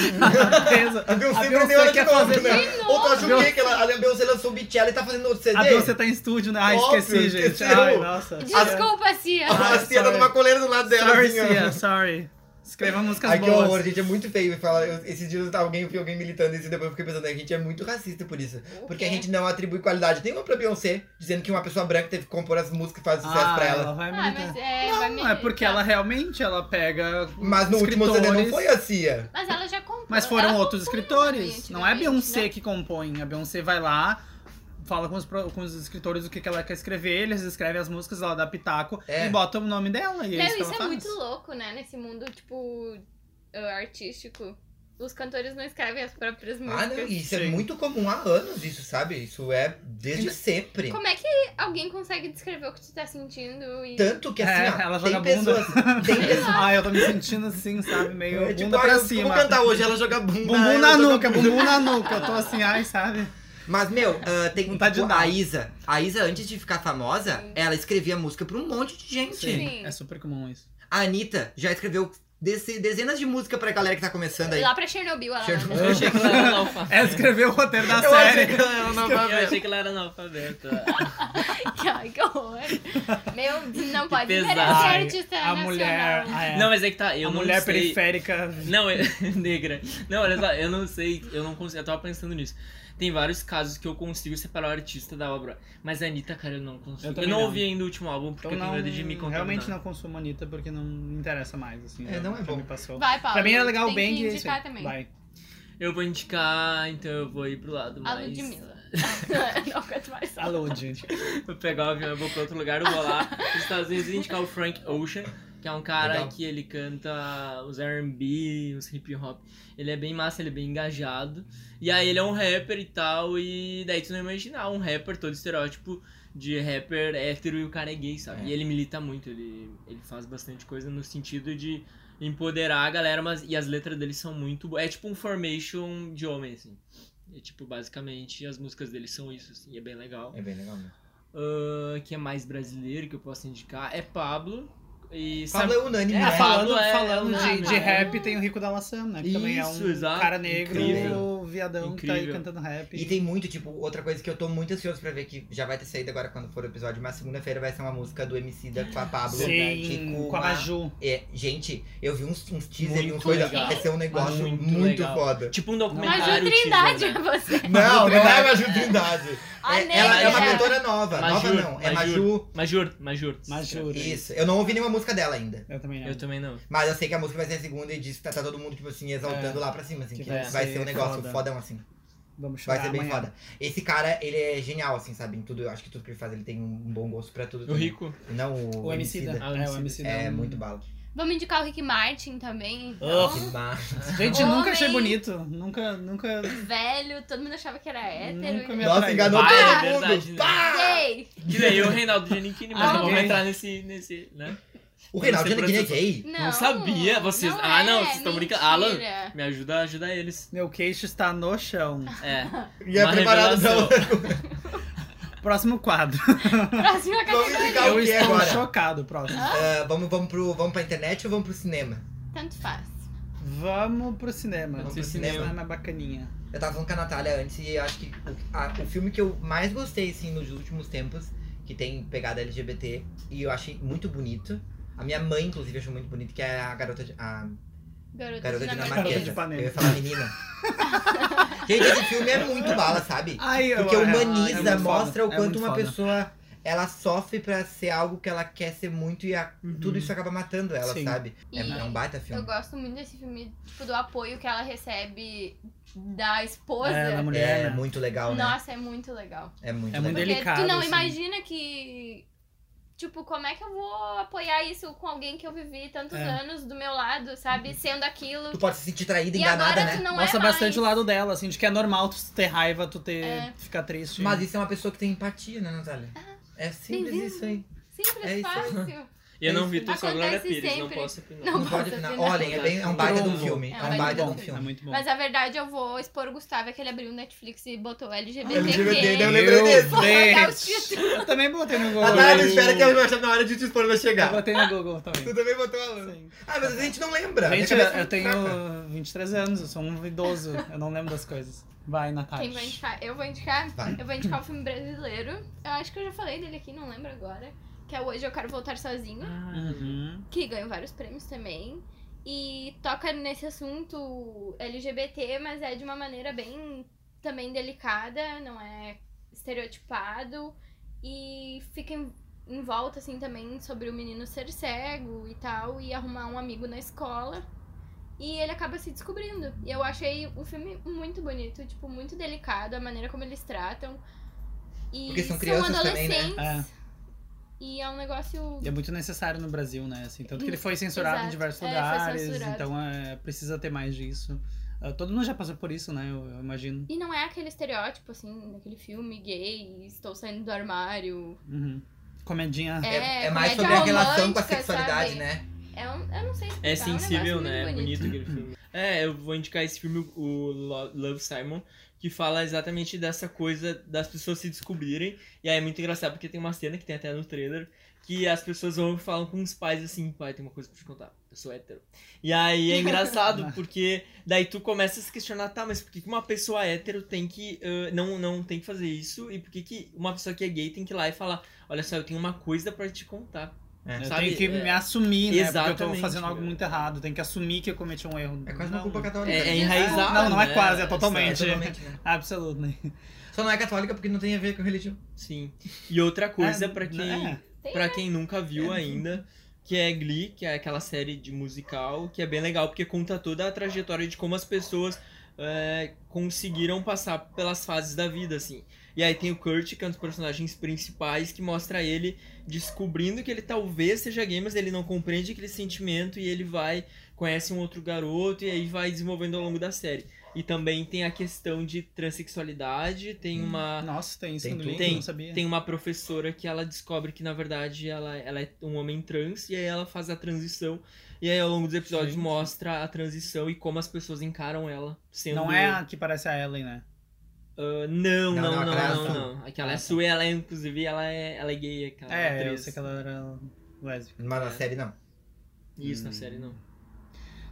[SPEAKER 2] Presa.
[SPEAKER 3] A Beyoncé
[SPEAKER 2] A
[SPEAKER 3] prendeu
[SPEAKER 2] Beyoncé
[SPEAKER 3] ela de
[SPEAKER 2] quer
[SPEAKER 3] novo,
[SPEAKER 2] fazer-
[SPEAKER 3] né?
[SPEAKER 1] De
[SPEAKER 3] Ou tu acha o
[SPEAKER 2] novo.
[SPEAKER 3] quê? Que ela, a Beyoncé lançou o Beatles e tá fazendo outro CD?
[SPEAKER 2] A Beyoncé tá em estúdio, né? Ai,
[SPEAKER 3] Óbvio,
[SPEAKER 2] esqueci, gente.
[SPEAKER 3] esqueceu.
[SPEAKER 2] Ai, nossa.
[SPEAKER 1] Desculpa, Cia.
[SPEAKER 3] A
[SPEAKER 2] Ai,
[SPEAKER 3] Cia tá
[SPEAKER 2] sorry.
[SPEAKER 3] numa coleira do lado dela.
[SPEAKER 2] Sorry,
[SPEAKER 3] assim, ó.
[SPEAKER 2] Cia, sorry. Escreva músicas
[SPEAKER 3] Ai, que
[SPEAKER 2] boas.
[SPEAKER 3] horror, gente, é muito feio. Falar, eu, esses dias alguém, eu vi alguém militando isso e depois eu fiquei pensando, a gente é muito racista por isso.
[SPEAKER 1] O
[SPEAKER 3] Porque a
[SPEAKER 1] quê?
[SPEAKER 3] gente não atribui qualidade nenhuma pra Beyoncé, dizendo que uma pessoa branca teve que compor as músicas que faz sucesso
[SPEAKER 2] ah,
[SPEAKER 3] é pra
[SPEAKER 2] ela.
[SPEAKER 3] ela.
[SPEAKER 2] vai
[SPEAKER 1] Ah,
[SPEAKER 2] militar.
[SPEAKER 1] mas é, vai
[SPEAKER 2] não,
[SPEAKER 1] militar.
[SPEAKER 2] é porque ela realmente ela pega.
[SPEAKER 3] Mas no último CD não
[SPEAKER 2] escritores,
[SPEAKER 3] foi assim, é. a Cia.
[SPEAKER 1] Mas ela já comprou.
[SPEAKER 2] Mas foram
[SPEAKER 1] Ela
[SPEAKER 2] outros
[SPEAKER 1] compõe
[SPEAKER 2] escritores.
[SPEAKER 1] também,
[SPEAKER 2] Não é a Beyoncé
[SPEAKER 1] antigamente, né?
[SPEAKER 2] que compõe. A Beyoncé vai lá, fala com os, pro- com os escritores o que, que ela quer escrever, eles escrevem as músicas, ela dá pitaco
[SPEAKER 3] É.
[SPEAKER 2] e bota o nome dela. E
[SPEAKER 1] né?
[SPEAKER 2] é
[SPEAKER 1] Não,
[SPEAKER 2] isso que
[SPEAKER 1] isso
[SPEAKER 2] ela
[SPEAKER 1] é
[SPEAKER 2] faz.
[SPEAKER 1] muito louco, né? Nesse mundo, tipo, ah, artístico. Os cantores não escrevem as próprias
[SPEAKER 3] Ah, não,
[SPEAKER 1] músicas.
[SPEAKER 3] isso é
[SPEAKER 2] Hum, Sim.
[SPEAKER 3] muito comum há anos, isso, sabe? Isso é desde
[SPEAKER 2] Ainda-
[SPEAKER 3] sempre.
[SPEAKER 1] Como é que alguém consegue descrever o que tu tá sentindo e...
[SPEAKER 3] Tanto que assim,
[SPEAKER 2] É,
[SPEAKER 3] ó,
[SPEAKER 2] ela
[SPEAKER 3] tem
[SPEAKER 2] joga bunda.
[SPEAKER 3] pessoas.
[SPEAKER 2] [LAUGHS]
[SPEAKER 3] Tem pessoas.
[SPEAKER 2] Ai, eu tô me sentindo assim, sabe? Meio
[SPEAKER 3] É, tipo,
[SPEAKER 2] bunda pra
[SPEAKER 3] ah, eu-
[SPEAKER 2] cima.
[SPEAKER 3] Vamos cantar hoje, ela joga bunda.
[SPEAKER 2] Bumbum
[SPEAKER 3] ela
[SPEAKER 2] na
[SPEAKER 3] joga
[SPEAKER 2] nuca,
[SPEAKER 3] bunda.
[SPEAKER 2] bumbum na nuca. Eu tô assim, ai, sabe?
[SPEAKER 3] Mas, meu, ah, tem
[SPEAKER 2] Não tá de
[SPEAKER 3] tipo,
[SPEAKER 2] nada.
[SPEAKER 3] a Isa. A Isa, antes de ficar famosa,
[SPEAKER 1] Sim.
[SPEAKER 3] ela escrevia música pra um monte de gente.
[SPEAKER 1] Sim.
[SPEAKER 2] É super comum isso.
[SPEAKER 3] A Anitta já escreveu dece- dezenas de músicas pra galera que tá começando aí.
[SPEAKER 1] Lá pra Chernobyl, ela
[SPEAKER 3] Chernobyl.
[SPEAKER 1] manda.
[SPEAKER 4] Eu achei que ela
[SPEAKER 3] [LAUGHS]
[SPEAKER 4] era analfabeta.
[SPEAKER 3] É,
[SPEAKER 2] Ela escreveu o roteiro da
[SPEAKER 3] Eu achei
[SPEAKER 2] série.
[SPEAKER 3] que ela era
[SPEAKER 4] Eu
[SPEAKER 3] analfabeta.
[SPEAKER 4] achei que ela era analfabeta.
[SPEAKER 1] Ai, que horror.
[SPEAKER 2] [LAUGHS]
[SPEAKER 1] Meu, não pode
[SPEAKER 4] pesado.
[SPEAKER 1] desmerecer
[SPEAKER 2] Ai,
[SPEAKER 1] artista
[SPEAKER 2] a
[SPEAKER 1] nacional.
[SPEAKER 2] mulher. ah, é.
[SPEAKER 4] Não, mas é que tá. Eu
[SPEAKER 2] a
[SPEAKER 4] não
[SPEAKER 2] mulher
[SPEAKER 4] sei...
[SPEAKER 2] periférica.
[SPEAKER 4] Não, é [LAUGHS] negra. Não, olha só, eu não sei, eu não consigo, eu tava pensando nisso. Tem vários casos que eu consigo separar o artista da obra, mas a Anitta, cara, eu não
[SPEAKER 2] Eu
[SPEAKER 4] consigo. Eu,
[SPEAKER 2] também
[SPEAKER 4] não,
[SPEAKER 2] não.
[SPEAKER 4] ouvi ainda o último álbum porque
[SPEAKER 2] Eu
[SPEAKER 4] eu, tenho
[SPEAKER 2] Então, não,
[SPEAKER 4] medo de me né? contaminar.
[SPEAKER 2] realmente não consumo Anitta porque não me interessa mais. Assim,
[SPEAKER 3] É,
[SPEAKER 2] já-
[SPEAKER 3] não é
[SPEAKER 2] já
[SPEAKER 3] bom.
[SPEAKER 2] Me passou.
[SPEAKER 1] Vai, Paulo.
[SPEAKER 2] pra mim era legal o
[SPEAKER 1] tem
[SPEAKER 2] Bang.
[SPEAKER 1] que
[SPEAKER 2] e é isso
[SPEAKER 1] indicar
[SPEAKER 2] aí.
[SPEAKER 1] também.
[SPEAKER 2] Vai.
[SPEAKER 4] Eu vou indicar, então eu vou ir pro lado
[SPEAKER 1] A
[SPEAKER 4] mais.
[SPEAKER 2] [LAUGHS]
[SPEAKER 1] Ludmilla. [LAUGHS] não aguento mais.
[SPEAKER 2] Alô, gente.
[SPEAKER 4] Vou pegar o avião, eu vou pra outro lugar, eu vou lá nos Estados Unidos e indicar o Frank Ocean, que é um cara
[SPEAKER 3] Legal.
[SPEAKER 4] que ele canta os R&B, os hip hop. Ele é bem massa, ele é bem engajado. E aí ele é um rapper e tal, e daí tu não imagina, um rapper todo estereótipo de rapper hétero e o cara é gay, sabe?
[SPEAKER 3] É.
[SPEAKER 4] E ele milita muito, ele, ele faz bastante coisa no sentido de empoderar a galera, mas e as letras dele são muito boas. É tipo um formation de homem, assim. É tipo, basicamente, as músicas dele são isso, assim, e é bem legal.
[SPEAKER 3] É bem legal, né?
[SPEAKER 4] Ahn, que é mais brasileiro que eu posso indicar é Pablo. E
[SPEAKER 3] Pablo
[SPEAKER 4] sabe,
[SPEAKER 3] é unânime,
[SPEAKER 4] É,
[SPEAKER 3] né?
[SPEAKER 2] Ah, falando
[SPEAKER 4] Pablo é
[SPEAKER 2] falando
[SPEAKER 1] unânime,
[SPEAKER 2] de,
[SPEAKER 1] né?
[SPEAKER 2] de rap, tem o Rico da Maçã, né? Que também é
[SPEAKER 4] Isso,
[SPEAKER 2] um
[SPEAKER 4] exato.
[SPEAKER 2] cara negro,
[SPEAKER 4] Incrível.
[SPEAKER 2] viadão, que tá aí
[SPEAKER 4] Incrível.
[SPEAKER 2] cantando rap.
[SPEAKER 3] E tem muito, tipo, outra coisa que eu tô muito ansioso pra ver, que já vai ter saído agora quando for o episódio, mas segunda-feira vai ser uma música do MC da com a Pablo.
[SPEAKER 2] Sim,
[SPEAKER 3] Tipo,
[SPEAKER 2] com a
[SPEAKER 3] uma-
[SPEAKER 2] Maju.
[SPEAKER 3] É, gente, eu vi uns, uns teaser e
[SPEAKER 4] Muito
[SPEAKER 3] uns coisas.
[SPEAKER 4] legal.
[SPEAKER 3] Vai ser um negócio
[SPEAKER 4] Muito
[SPEAKER 3] muito,
[SPEAKER 4] legal.
[SPEAKER 3] foda.
[SPEAKER 4] Tipo um
[SPEAKER 1] Mas
[SPEAKER 4] documentário.
[SPEAKER 1] o Trindade é
[SPEAKER 4] teaser, né?
[SPEAKER 1] você.
[SPEAKER 3] Não, não é Maju Trindade.
[SPEAKER 1] A
[SPEAKER 3] É-
[SPEAKER 1] negra.
[SPEAKER 3] ela é uma
[SPEAKER 1] é.
[SPEAKER 3] cantora nova.
[SPEAKER 4] Maju,
[SPEAKER 3] nova não, é
[SPEAKER 4] Maju.
[SPEAKER 3] Maju.
[SPEAKER 4] Majur, Majur.
[SPEAKER 2] Majur.
[SPEAKER 3] Isso. Eu não ouvi nenhuma música dela ainda.
[SPEAKER 2] né? Eu também não.
[SPEAKER 4] Eu também não.
[SPEAKER 3] Mas eu sei que a música vai ser a segunda e diz que tá, tá todo mundo, tipo assim, exaltando
[SPEAKER 2] É.
[SPEAKER 3] lá pra cima, assim.
[SPEAKER 2] Que
[SPEAKER 3] Que,
[SPEAKER 2] vai
[SPEAKER 3] vai, ser
[SPEAKER 2] ser
[SPEAKER 3] um negócio
[SPEAKER 2] foda.
[SPEAKER 3] fodão, assim.
[SPEAKER 2] Vamos
[SPEAKER 3] Vai
[SPEAKER 2] chorar
[SPEAKER 3] ser bem
[SPEAKER 2] amanhã.
[SPEAKER 3] foda. Esse cara, ele é genial, assim, sabe? Em tudo, eu acho que tudo que ele faz, ele tem um bom gosto pra tudo.
[SPEAKER 4] O
[SPEAKER 3] também.
[SPEAKER 4] Rico.
[SPEAKER 3] Não o,
[SPEAKER 2] O MC da.
[SPEAKER 4] Ah, o
[SPEAKER 2] É, o
[SPEAKER 4] Emicida.
[SPEAKER 2] MC da.
[SPEAKER 3] É
[SPEAKER 2] [LAUGHS]
[SPEAKER 3] muito bala.
[SPEAKER 1] Vamos indicar o Rick Martin também. então.
[SPEAKER 2] Ugh.
[SPEAKER 3] Mas-
[SPEAKER 2] Gente,
[SPEAKER 1] Homem.
[SPEAKER 2] nunca achei bonito. Nunca, nunca.
[SPEAKER 1] Velho, todo mundo achava que era hétero. então.
[SPEAKER 2] Nunca me
[SPEAKER 3] Nossa,
[SPEAKER 2] atraiu.
[SPEAKER 3] enganou
[SPEAKER 4] Vai, é
[SPEAKER 3] todo
[SPEAKER 4] verdade, né?
[SPEAKER 3] mundo! Pá!
[SPEAKER 1] Gay.
[SPEAKER 4] Que daí o Reinaldo Giannichini, mas
[SPEAKER 1] Ah,
[SPEAKER 4] não vamos
[SPEAKER 2] ok.
[SPEAKER 4] entrar nesse, nesse, né?
[SPEAKER 3] O Reinaldo
[SPEAKER 4] Você
[SPEAKER 3] Giannichini é
[SPEAKER 4] processou.
[SPEAKER 3] gay?
[SPEAKER 1] Não,
[SPEAKER 4] sabia, vocês-
[SPEAKER 1] não
[SPEAKER 4] Ah, não,
[SPEAKER 1] é,
[SPEAKER 4] vocês estão brincando.
[SPEAKER 1] mentira.
[SPEAKER 4] Me ajuda a ajudar eles.
[SPEAKER 2] Meu queixo está no [LAUGHS] chão.
[SPEAKER 4] É.
[SPEAKER 3] E é
[SPEAKER 4] Uma
[SPEAKER 3] preparado pra
[SPEAKER 4] revelação.
[SPEAKER 3] outra.
[SPEAKER 2] Próximo quadro.
[SPEAKER 1] Próxima
[SPEAKER 3] Vamos
[SPEAKER 1] categoria.
[SPEAKER 3] indicar o
[SPEAKER 2] Eu
[SPEAKER 3] que
[SPEAKER 2] estou
[SPEAKER 3] agora?
[SPEAKER 2] chocado, próximo.
[SPEAKER 3] Ah, vamos, vamos, pro, vamos pra internet ou vamos pro cinema?
[SPEAKER 1] Tanto faz.
[SPEAKER 2] Vamos pro cinema.
[SPEAKER 4] Vamos
[SPEAKER 3] pro
[SPEAKER 2] cinema.
[SPEAKER 3] cinema.
[SPEAKER 2] é bacaninha.
[SPEAKER 3] Eu tava falando com a Natália antes e eu acho que o, a- o filme que eu mais gostei, assim, nos últimos tempos, que tem pegada LGBT, e eu achei muito bonito. A minha mãe, inclusive, achou muito bonito, que é a garota. de- A
[SPEAKER 1] Garota,
[SPEAKER 3] garota
[SPEAKER 2] Garota de
[SPEAKER 3] dinamarquesa.
[SPEAKER 2] Ipanema.
[SPEAKER 3] eu ia falar menina.
[SPEAKER 2] [LAUGHS]
[SPEAKER 3] Gente, esse filme é muito bala, sabe?
[SPEAKER 2] Ai, eu-
[SPEAKER 3] Porque
[SPEAKER 2] é-
[SPEAKER 3] humaniza,
[SPEAKER 2] é muito
[SPEAKER 3] mostra o
[SPEAKER 2] foda, é
[SPEAKER 3] quanto
[SPEAKER 2] muito
[SPEAKER 3] uma
[SPEAKER 2] foda.
[SPEAKER 3] pessoa ela sofre pra ser algo que ela quer ser muito e a-
[SPEAKER 4] Uhum.
[SPEAKER 3] tudo isso acaba matando ela,
[SPEAKER 2] Sim.
[SPEAKER 3] sabe?
[SPEAKER 1] E
[SPEAKER 3] É, é um baita
[SPEAKER 1] Eu
[SPEAKER 3] filme.
[SPEAKER 1] gosto muito desse filme, tipo, do apoio que ela recebe da esposa.
[SPEAKER 2] É, da mulher.
[SPEAKER 3] É
[SPEAKER 2] né?
[SPEAKER 3] muito legal, né?
[SPEAKER 1] Nossa, é muito legal.
[SPEAKER 3] É muito
[SPEAKER 2] É
[SPEAKER 3] legal.
[SPEAKER 2] muito
[SPEAKER 1] Porque
[SPEAKER 2] delicado,
[SPEAKER 1] tu não
[SPEAKER 2] assim.
[SPEAKER 1] imagina que. Tipo, como é que eu vou apoiar isso com alguém que eu vivi tantos
[SPEAKER 2] É.
[SPEAKER 1] anos do meu lado, sabe? Sendo aquilo.
[SPEAKER 3] Tu pode se sentir traída,
[SPEAKER 1] E
[SPEAKER 3] enganada,
[SPEAKER 1] agora
[SPEAKER 3] né?
[SPEAKER 1] tu não
[SPEAKER 2] Mostra
[SPEAKER 1] é
[SPEAKER 2] bastante o
[SPEAKER 1] mais.
[SPEAKER 2] lado dela, assim, de que é normal tu ter raiva, tu ter.
[SPEAKER 1] É.
[SPEAKER 2] ficar triste.
[SPEAKER 3] Mas isso é uma pessoa que tem empatia, né, Natália? É simples
[SPEAKER 1] Ah, bem-vindo.
[SPEAKER 3] isso aí.
[SPEAKER 1] Simples,
[SPEAKER 3] É isso.
[SPEAKER 1] fácil.
[SPEAKER 4] E eu não vi, tô só
[SPEAKER 1] Acontece
[SPEAKER 4] Glória Pires, não
[SPEAKER 1] sempre.
[SPEAKER 4] posso opinar.
[SPEAKER 1] Não.
[SPEAKER 3] Não pode
[SPEAKER 1] Nossa,
[SPEAKER 3] opinar.
[SPEAKER 1] Fernanda.
[SPEAKER 3] Olhem, é, bem, é um baita de um
[SPEAKER 2] Trombo.
[SPEAKER 3] filme.
[SPEAKER 1] um É
[SPEAKER 3] É
[SPEAKER 1] um
[SPEAKER 3] um baita de
[SPEAKER 2] bom,
[SPEAKER 3] um
[SPEAKER 2] É
[SPEAKER 3] filme.
[SPEAKER 2] muito [LAUGHS] bom.
[SPEAKER 1] Mas a verdade eu vou expor o Gustavo, é que ele abriu o Netflix e botou LGBTQ.
[SPEAKER 3] LGBT, né? [LAUGHS] Eu
[SPEAKER 2] Meu
[SPEAKER 3] lembrei desse.
[SPEAKER 1] Vou botar o
[SPEAKER 2] Deus.
[SPEAKER 1] título.
[SPEAKER 2] Eu também botei no Google.
[SPEAKER 3] Natália, não espera que eu achar na hora de te expor vai
[SPEAKER 2] Eu
[SPEAKER 3] chegar.
[SPEAKER 2] botei no Google também.
[SPEAKER 3] Tu também botou a luz.
[SPEAKER 2] Sim.
[SPEAKER 3] Ah, mas a gente não
[SPEAKER 4] Tá.
[SPEAKER 3] lembra.
[SPEAKER 2] Gente, eu,
[SPEAKER 3] Minha cabeça
[SPEAKER 2] eu
[SPEAKER 3] é fraca.
[SPEAKER 2] tenho 23 anos, eu sou um idoso, eu não lembro das coisas. Vai, Natália.
[SPEAKER 1] Quem vai indicar? Eu vou indicar.
[SPEAKER 3] Vai.
[SPEAKER 1] Eu vou indicar um filme brasileiro. Eu acho que eu já falei dele aqui, não lembro agora. Que é Hoje Eu Quero Voltar Sozinho.
[SPEAKER 2] Uhum.
[SPEAKER 1] que ganhou vários prêmios também. E toca nesse assunto LGBT, mas é de uma maneira bem também delicada, não é estereotipado. E fica em, em volta, assim, também sobre o menino ser cego e tal, e arrumar um amigo na escola. E ele acaba se descobrindo. E eu achei o filme muito bonito, tipo, muito delicado, a maneira como eles tratam. E
[SPEAKER 3] Porque são crianças também, né?
[SPEAKER 1] adolescentes.
[SPEAKER 2] É.
[SPEAKER 1] E é um negócio
[SPEAKER 2] E é muito necessário no Brasil, né? Assim, tanto que ele foi censurado
[SPEAKER 1] Exato.
[SPEAKER 2] em diversos
[SPEAKER 1] É, foi
[SPEAKER 2] lugares,
[SPEAKER 1] censurado.
[SPEAKER 2] então é, precisa ter mais disso. Ah, todo mundo já passou por isso, né? Eu, eu imagino.
[SPEAKER 1] E não é aquele estereótipo, assim, daquele filme gay, estou saindo do armário.
[SPEAKER 2] Uhum. Comedinha.
[SPEAKER 1] É,
[SPEAKER 3] É, é mais
[SPEAKER 1] comédia
[SPEAKER 3] sobre a relação com a
[SPEAKER 1] romântica,
[SPEAKER 3] sexualidade,
[SPEAKER 1] sabe?
[SPEAKER 3] né?
[SPEAKER 1] É um, eu não sei explicar,
[SPEAKER 4] É
[SPEAKER 1] um negócio
[SPEAKER 4] sensível,
[SPEAKER 1] muito
[SPEAKER 4] né? É bonito aquele filme. É, eu vou indicar esse filme, o Lo- Love Simon, que fala exatamente dessa coisa das pessoas se descobrirem. E aí é muito engraçado porque tem uma cena que tem até no trailer que as pessoas vão e falam com os pais assim: pai, tem uma coisa pra te contar, eu sou hétero. E aí
[SPEAKER 2] [LAUGHS]
[SPEAKER 4] é engraçado porque daí tu começa a se questionar: tá, mas por que que uma pessoa hétero tem que. ah, não, não tem que fazer isso? E por que, que uma pessoa que é gay tem que ir lá e falar: olha só, eu tenho uma coisa pra te contar?
[SPEAKER 2] Eu
[SPEAKER 4] sabe,
[SPEAKER 2] tenho que
[SPEAKER 4] é-
[SPEAKER 2] me assumir, né? Porque eu tô
[SPEAKER 4] Exatamente,
[SPEAKER 2] fazendo algo
[SPEAKER 4] cara.
[SPEAKER 2] muito errado. Tenho que assumir que eu cometi um erro.
[SPEAKER 3] É quase
[SPEAKER 2] não,
[SPEAKER 3] uma culpa católica.
[SPEAKER 4] É, é
[SPEAKER 3] né?
[SPEAKER 4] enraizado.
[SPEAKER 2] Não, não é
[SPEAKER 4] né?
[SPEAKER 2] quase, é totalmente.
[SPEAKER 3] É totalmente, né?
[SPEAKER 2] Absoluto, né?
[SPEAKER 3] Só não é católica porque não tem a ver com religião.
[SPEAKER 4] Sim. E outra coisa pra quem.
[SPEAKER 2] É.
[SPEAKER 1] Tem,
[SPEAKER 4] Pra quem nunca viu ainda, que é Glee, que é aquela série de musical, que é bem legal, porque conta toda a trajetória de como as pessoas é, conseguiram passar pelas fases da vida, assim. E aí tem o Kurt, que é um dos personagens principais, que mostra ele descobrindo que ele talvez seja gay, mas ele não compreende aquele sentimento e ele vai, conhece um outro garoto e aí vai desenvolvendo ao longo da série. E também tem a questão de transexualidade, tem uma
[SPEAKER 2] Nossa, tem isso
[SPEAKER 3] Tem
[SPEAKER 2] no
[SPEAKER 3] tudo.
[SPEAKER 2] livro,
[SPEAKER 4] Tem,
[SPEAKER 2] não sabia.
[SPEAKER 4] tem uma professora que ela descobre que na verdade ela, ela é um homem trans e aí ela faz a transição e aí ao longo dos episódios
[SPEAKER 2] Gente.
[SPEAKER 4] mostra a transição e como as pessoas encaram ela sendo
[SPEAKER 2] Não é a que parece a Ellen, né?
[SPEAKER 4] Ah, não,
[SPEAKER 3] Não,
[SPEAKER 4] não, não,
[SPEAKER 3] não, aquela é
[SPEAKER 4] não,
[SPEAKER 3] a
[SPEAKER 4] não, aquela é sua, ela é inclusive ela é ela é gay, aquela
[SPEAKER 2] Ah, tá. É, eu
[SPEAKER 4] atriz.
[SPEAKER 2] sei que ela era Wesley.
[SPEAKER 3] Mas na
[SPEAKER 4] É.
[SPEAKER 3] série não.
[SPEAKER 4] Isso
[SPEAKER 2] Hum.
[SPEAKER 4] na série não.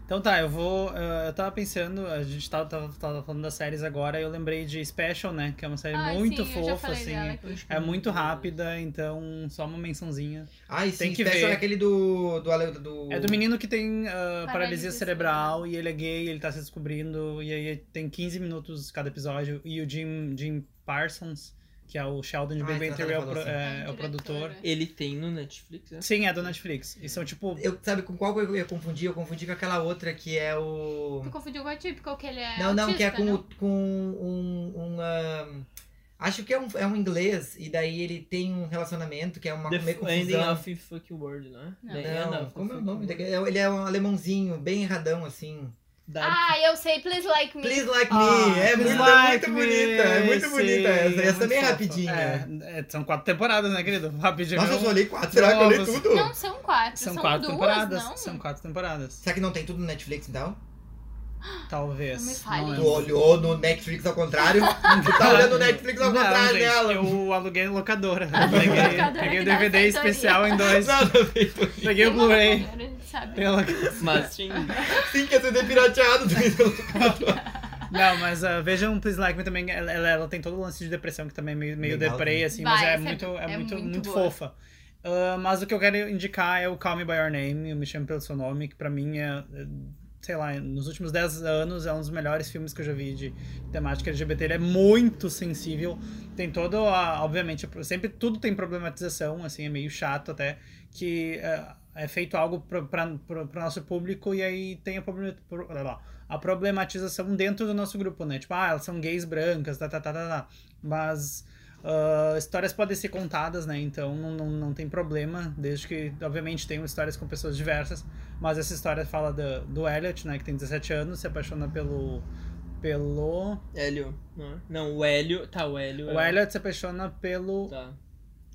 [SPEAKER 2] Então tá, eu vou. eh, eu tava pensando, a gente tava, tava- tava falando das séries agora, eu lembrei de Special, né? Que é uma série
[SPEAKER 1] Ai,
[SPEAKER 2] muito
[SPEAKER 1] Ah, sim, eu já
[SPEAKER 2] fofa,
[SPEAKER 1] falei
[SPEAKER 2] assim.
[SPEAKER 1] dela aqui.
[SPEAKER 2] É
[SPEAKER 4] Uhum.
[SPEAKER 2] muito rápida, então só uma mençãozinha.
[SPEAKER 3] Ah, e
[SPEAKER 2] Tem
[SPEAKER 3] sim,
[SPEAKER 2] que
[SPEAKER 3] Special
[SPEAKER 2] ver.
[SPEAKER 3] é aquele do. do, Ale- do...
[SPEAKER 2] É do menino que tem ah, paralisia,
[SPEAKER 1] Paralisia
[SPEAKER 2] cerebral e ele é gay, ele tá se descobrindo, e aí tem 15 minutos cada episódio. E o Jim, Jim Parsons, que é o Sheldon de
[SPEAKER 3] Ah,
[SPEAKER 2] Baby
[SPEAKER 3] esse
[SPEAKER 2] Interior, é, o
[SPEAKER 3] cara
[SPEAKER 2] pro-
[SPEAKER 3] falou assim.
[SPEAKER 2] é- é o
[SPEAKER 1] Diretora.
[SPEAKER 2] produtor.
[SPEAKER 4] Ele tem no Netflix, né?
[SPEAKER 2] Sim, é do Netflix. E são
[SPEAKER 1] É.
[SPEAKER 2] tipo.
[SPEAKER 3] Eu, sabe com qual eu ia confundir? Eu confundi com aquela outra que é o.
[SPEAKER 1] Tu confundiu com a típica, que ele é
[SPEAKER 3] Não, não, que é
[SPEAKER 1] autista,
[SPEAKER 3] com,
[SPEAKER 1] não?
[SPEAKER 3] o- com um. um, ahn, acho que é um, é um inglês, e daí ele tem um relacionamento que é uma
[SPEAKER 4] The
[SPEAKER 3] meio
[SPEAKER 4] Ending
[SPEAKER 3] confusão.
[SPEAKER 4] of Fuck World, né?
[SPEAKER 1] Não.
[SPEAKER 4] The End
[SPEAKER 3] Não,
[SPEAKER 4] of
[SPEAKER 3] como é o
[SPEAKER 4] Fuck
[SPEAKER 3] nome
[SPEAKER 4] World.
[SPEAKER 3] daquele? Ele é um alemãozinho, bem erradão, assim.
[SPEAKER 4] Dark.
[SPEAKER 1] Ah, eu sei, Please Like Me.
[SPEAKER 3] Please Like
[SPEAKER 2] Ah,
[SPEAKER 3] Me! É
[SPEAKER 2] Please
[SPEAKER 3] muito, é
[SPEAKER 2] Like
[SPEAKER 3] muito
[SPEAKER 2] Me,
[SPEAKER 3] bonita, é muito
[SPEAKER 2] sim,
[SPEAKER 3] bonita essa. Essa é bem
[SPEAKER 2] muito fofa.
[SPEAKER 3] rapidinha.
[SPEAKER 2] É, é, são quatro temporadas, né, querido? [LAUGHS] Rapidinho.
[SPEAKER 3] Nossa, eu
[SPEAKER 2] não-
[SPEAKER 3] só olhei quatro. Será que eu olhei
[SPEAKER 2] Novas.
[SPEAKER 3] tudo?
[SPEAKER 1] Não, são quatro.
[SPEAKER 2] São quatro
[SPEAKER 1] duas,
[SPEAKER 2] temporadas.
[SPEAKER 1] Não?
[SPEAKER 2] São quatro temporadas.
[SPEAKER 3] Será que não tem tudo no Netflix, então?
[SPEAKER 2] Talvez.
[SPEAKER 1] Não me fale.
[SPEAKER 2] lembro.
[SPEAKER 3] Tu olhou no Netflix ao
[SPEAKER 2] [LAUGHS]
[SPEAKER 3] contrário? tu tá olhando o Netflix ao
[SPEAKER 2] Não,
[SPEAKER 3] contrário
[SPEAKER 2] gente,
[SPEAKER 3] dela.
[SPEAKER 2] Eu aluguei locadora.
[SPEAKER 1] [LAUGHS]
[SPEAKER 2] Eu Peguei,
[SPEAKER 1] Locadora
[SPEAKER 2] peguei o
[SPEAKER 1] que dá
[SPEAKER 2] DVD
[SPEAKER 1] feitoria.
[SPEAKER 2] especial em dois.
[SPEAKER 3] Não, não sei.
[SPEAKER 2] Peguei o
[SPEAKER 1] Tem uma
[SPEAKER 2] Blu-ray.
[SPEAKER 1] maneira de saber.
[SPEAKER 2] Pela...
[SPEAKER 4] Mas sim.
[SPEAKER 3] Sim, que é
[SPEAKER 2] [LAUGHS]
[SPEAKER 3] CD pirateado.
[SPEAKER 2] Não, mas ah, vejam Please Like Me também. Ela, ela- ela tem todo o lance de depressão, que também é meio, meio
[SPEAKER 3] Legal,
[SPEAKER 2] deprê,
[SPEAKER 3] né?
[SPEAKER 2] assim,
[SPEAKER 1] Vai,
[SPEAKER 2] mas é
[SPEAKER 1] essa
[SPEAKER 2] muito, é,
[SPEAKER 1] é
[SPEAKER 2] muito,
[SPEAKER 1] muito
[SPEAKER 2] muito
[SPEAKER 1] boa.
[SPEAKER 2] fofa. Ah, mas o que eu quero indicar é o Call Me By Your Name, o Me Chame Pelo Seu Nome, que pra mim é, é, sei lá, nos últimos 10 anos é um dos melhores filmes que eu já vi de temática LGBT. Ele é muito sensível, tem todo, a, obviamente, sempre tudo tem problematização, assim, é meio chato até, que é, é feito algo para o nosso público e aí tem a, problema- pro- lá, lá, a problematização dentro do nosso grupo, né? Tipo, ah, elas são gays brancas, tá, tá, tá, tá, tá. Mas ah, histórias podem ser contadas, né? Então não, não, não tem problema, desde que, obviamente, tenham histórias com pessoas diversas. Mas essa história fala do, do Elliot, né? Que tem 17 anos, se apaixona pelo. pelo.
[SPEAKER 4] Hélio. né? Não, o Hélio. Tá, o Hélio. é-
[SPEAKER 2] O Elliot se apaixona pelo.
[SPEAKER 4] Tá.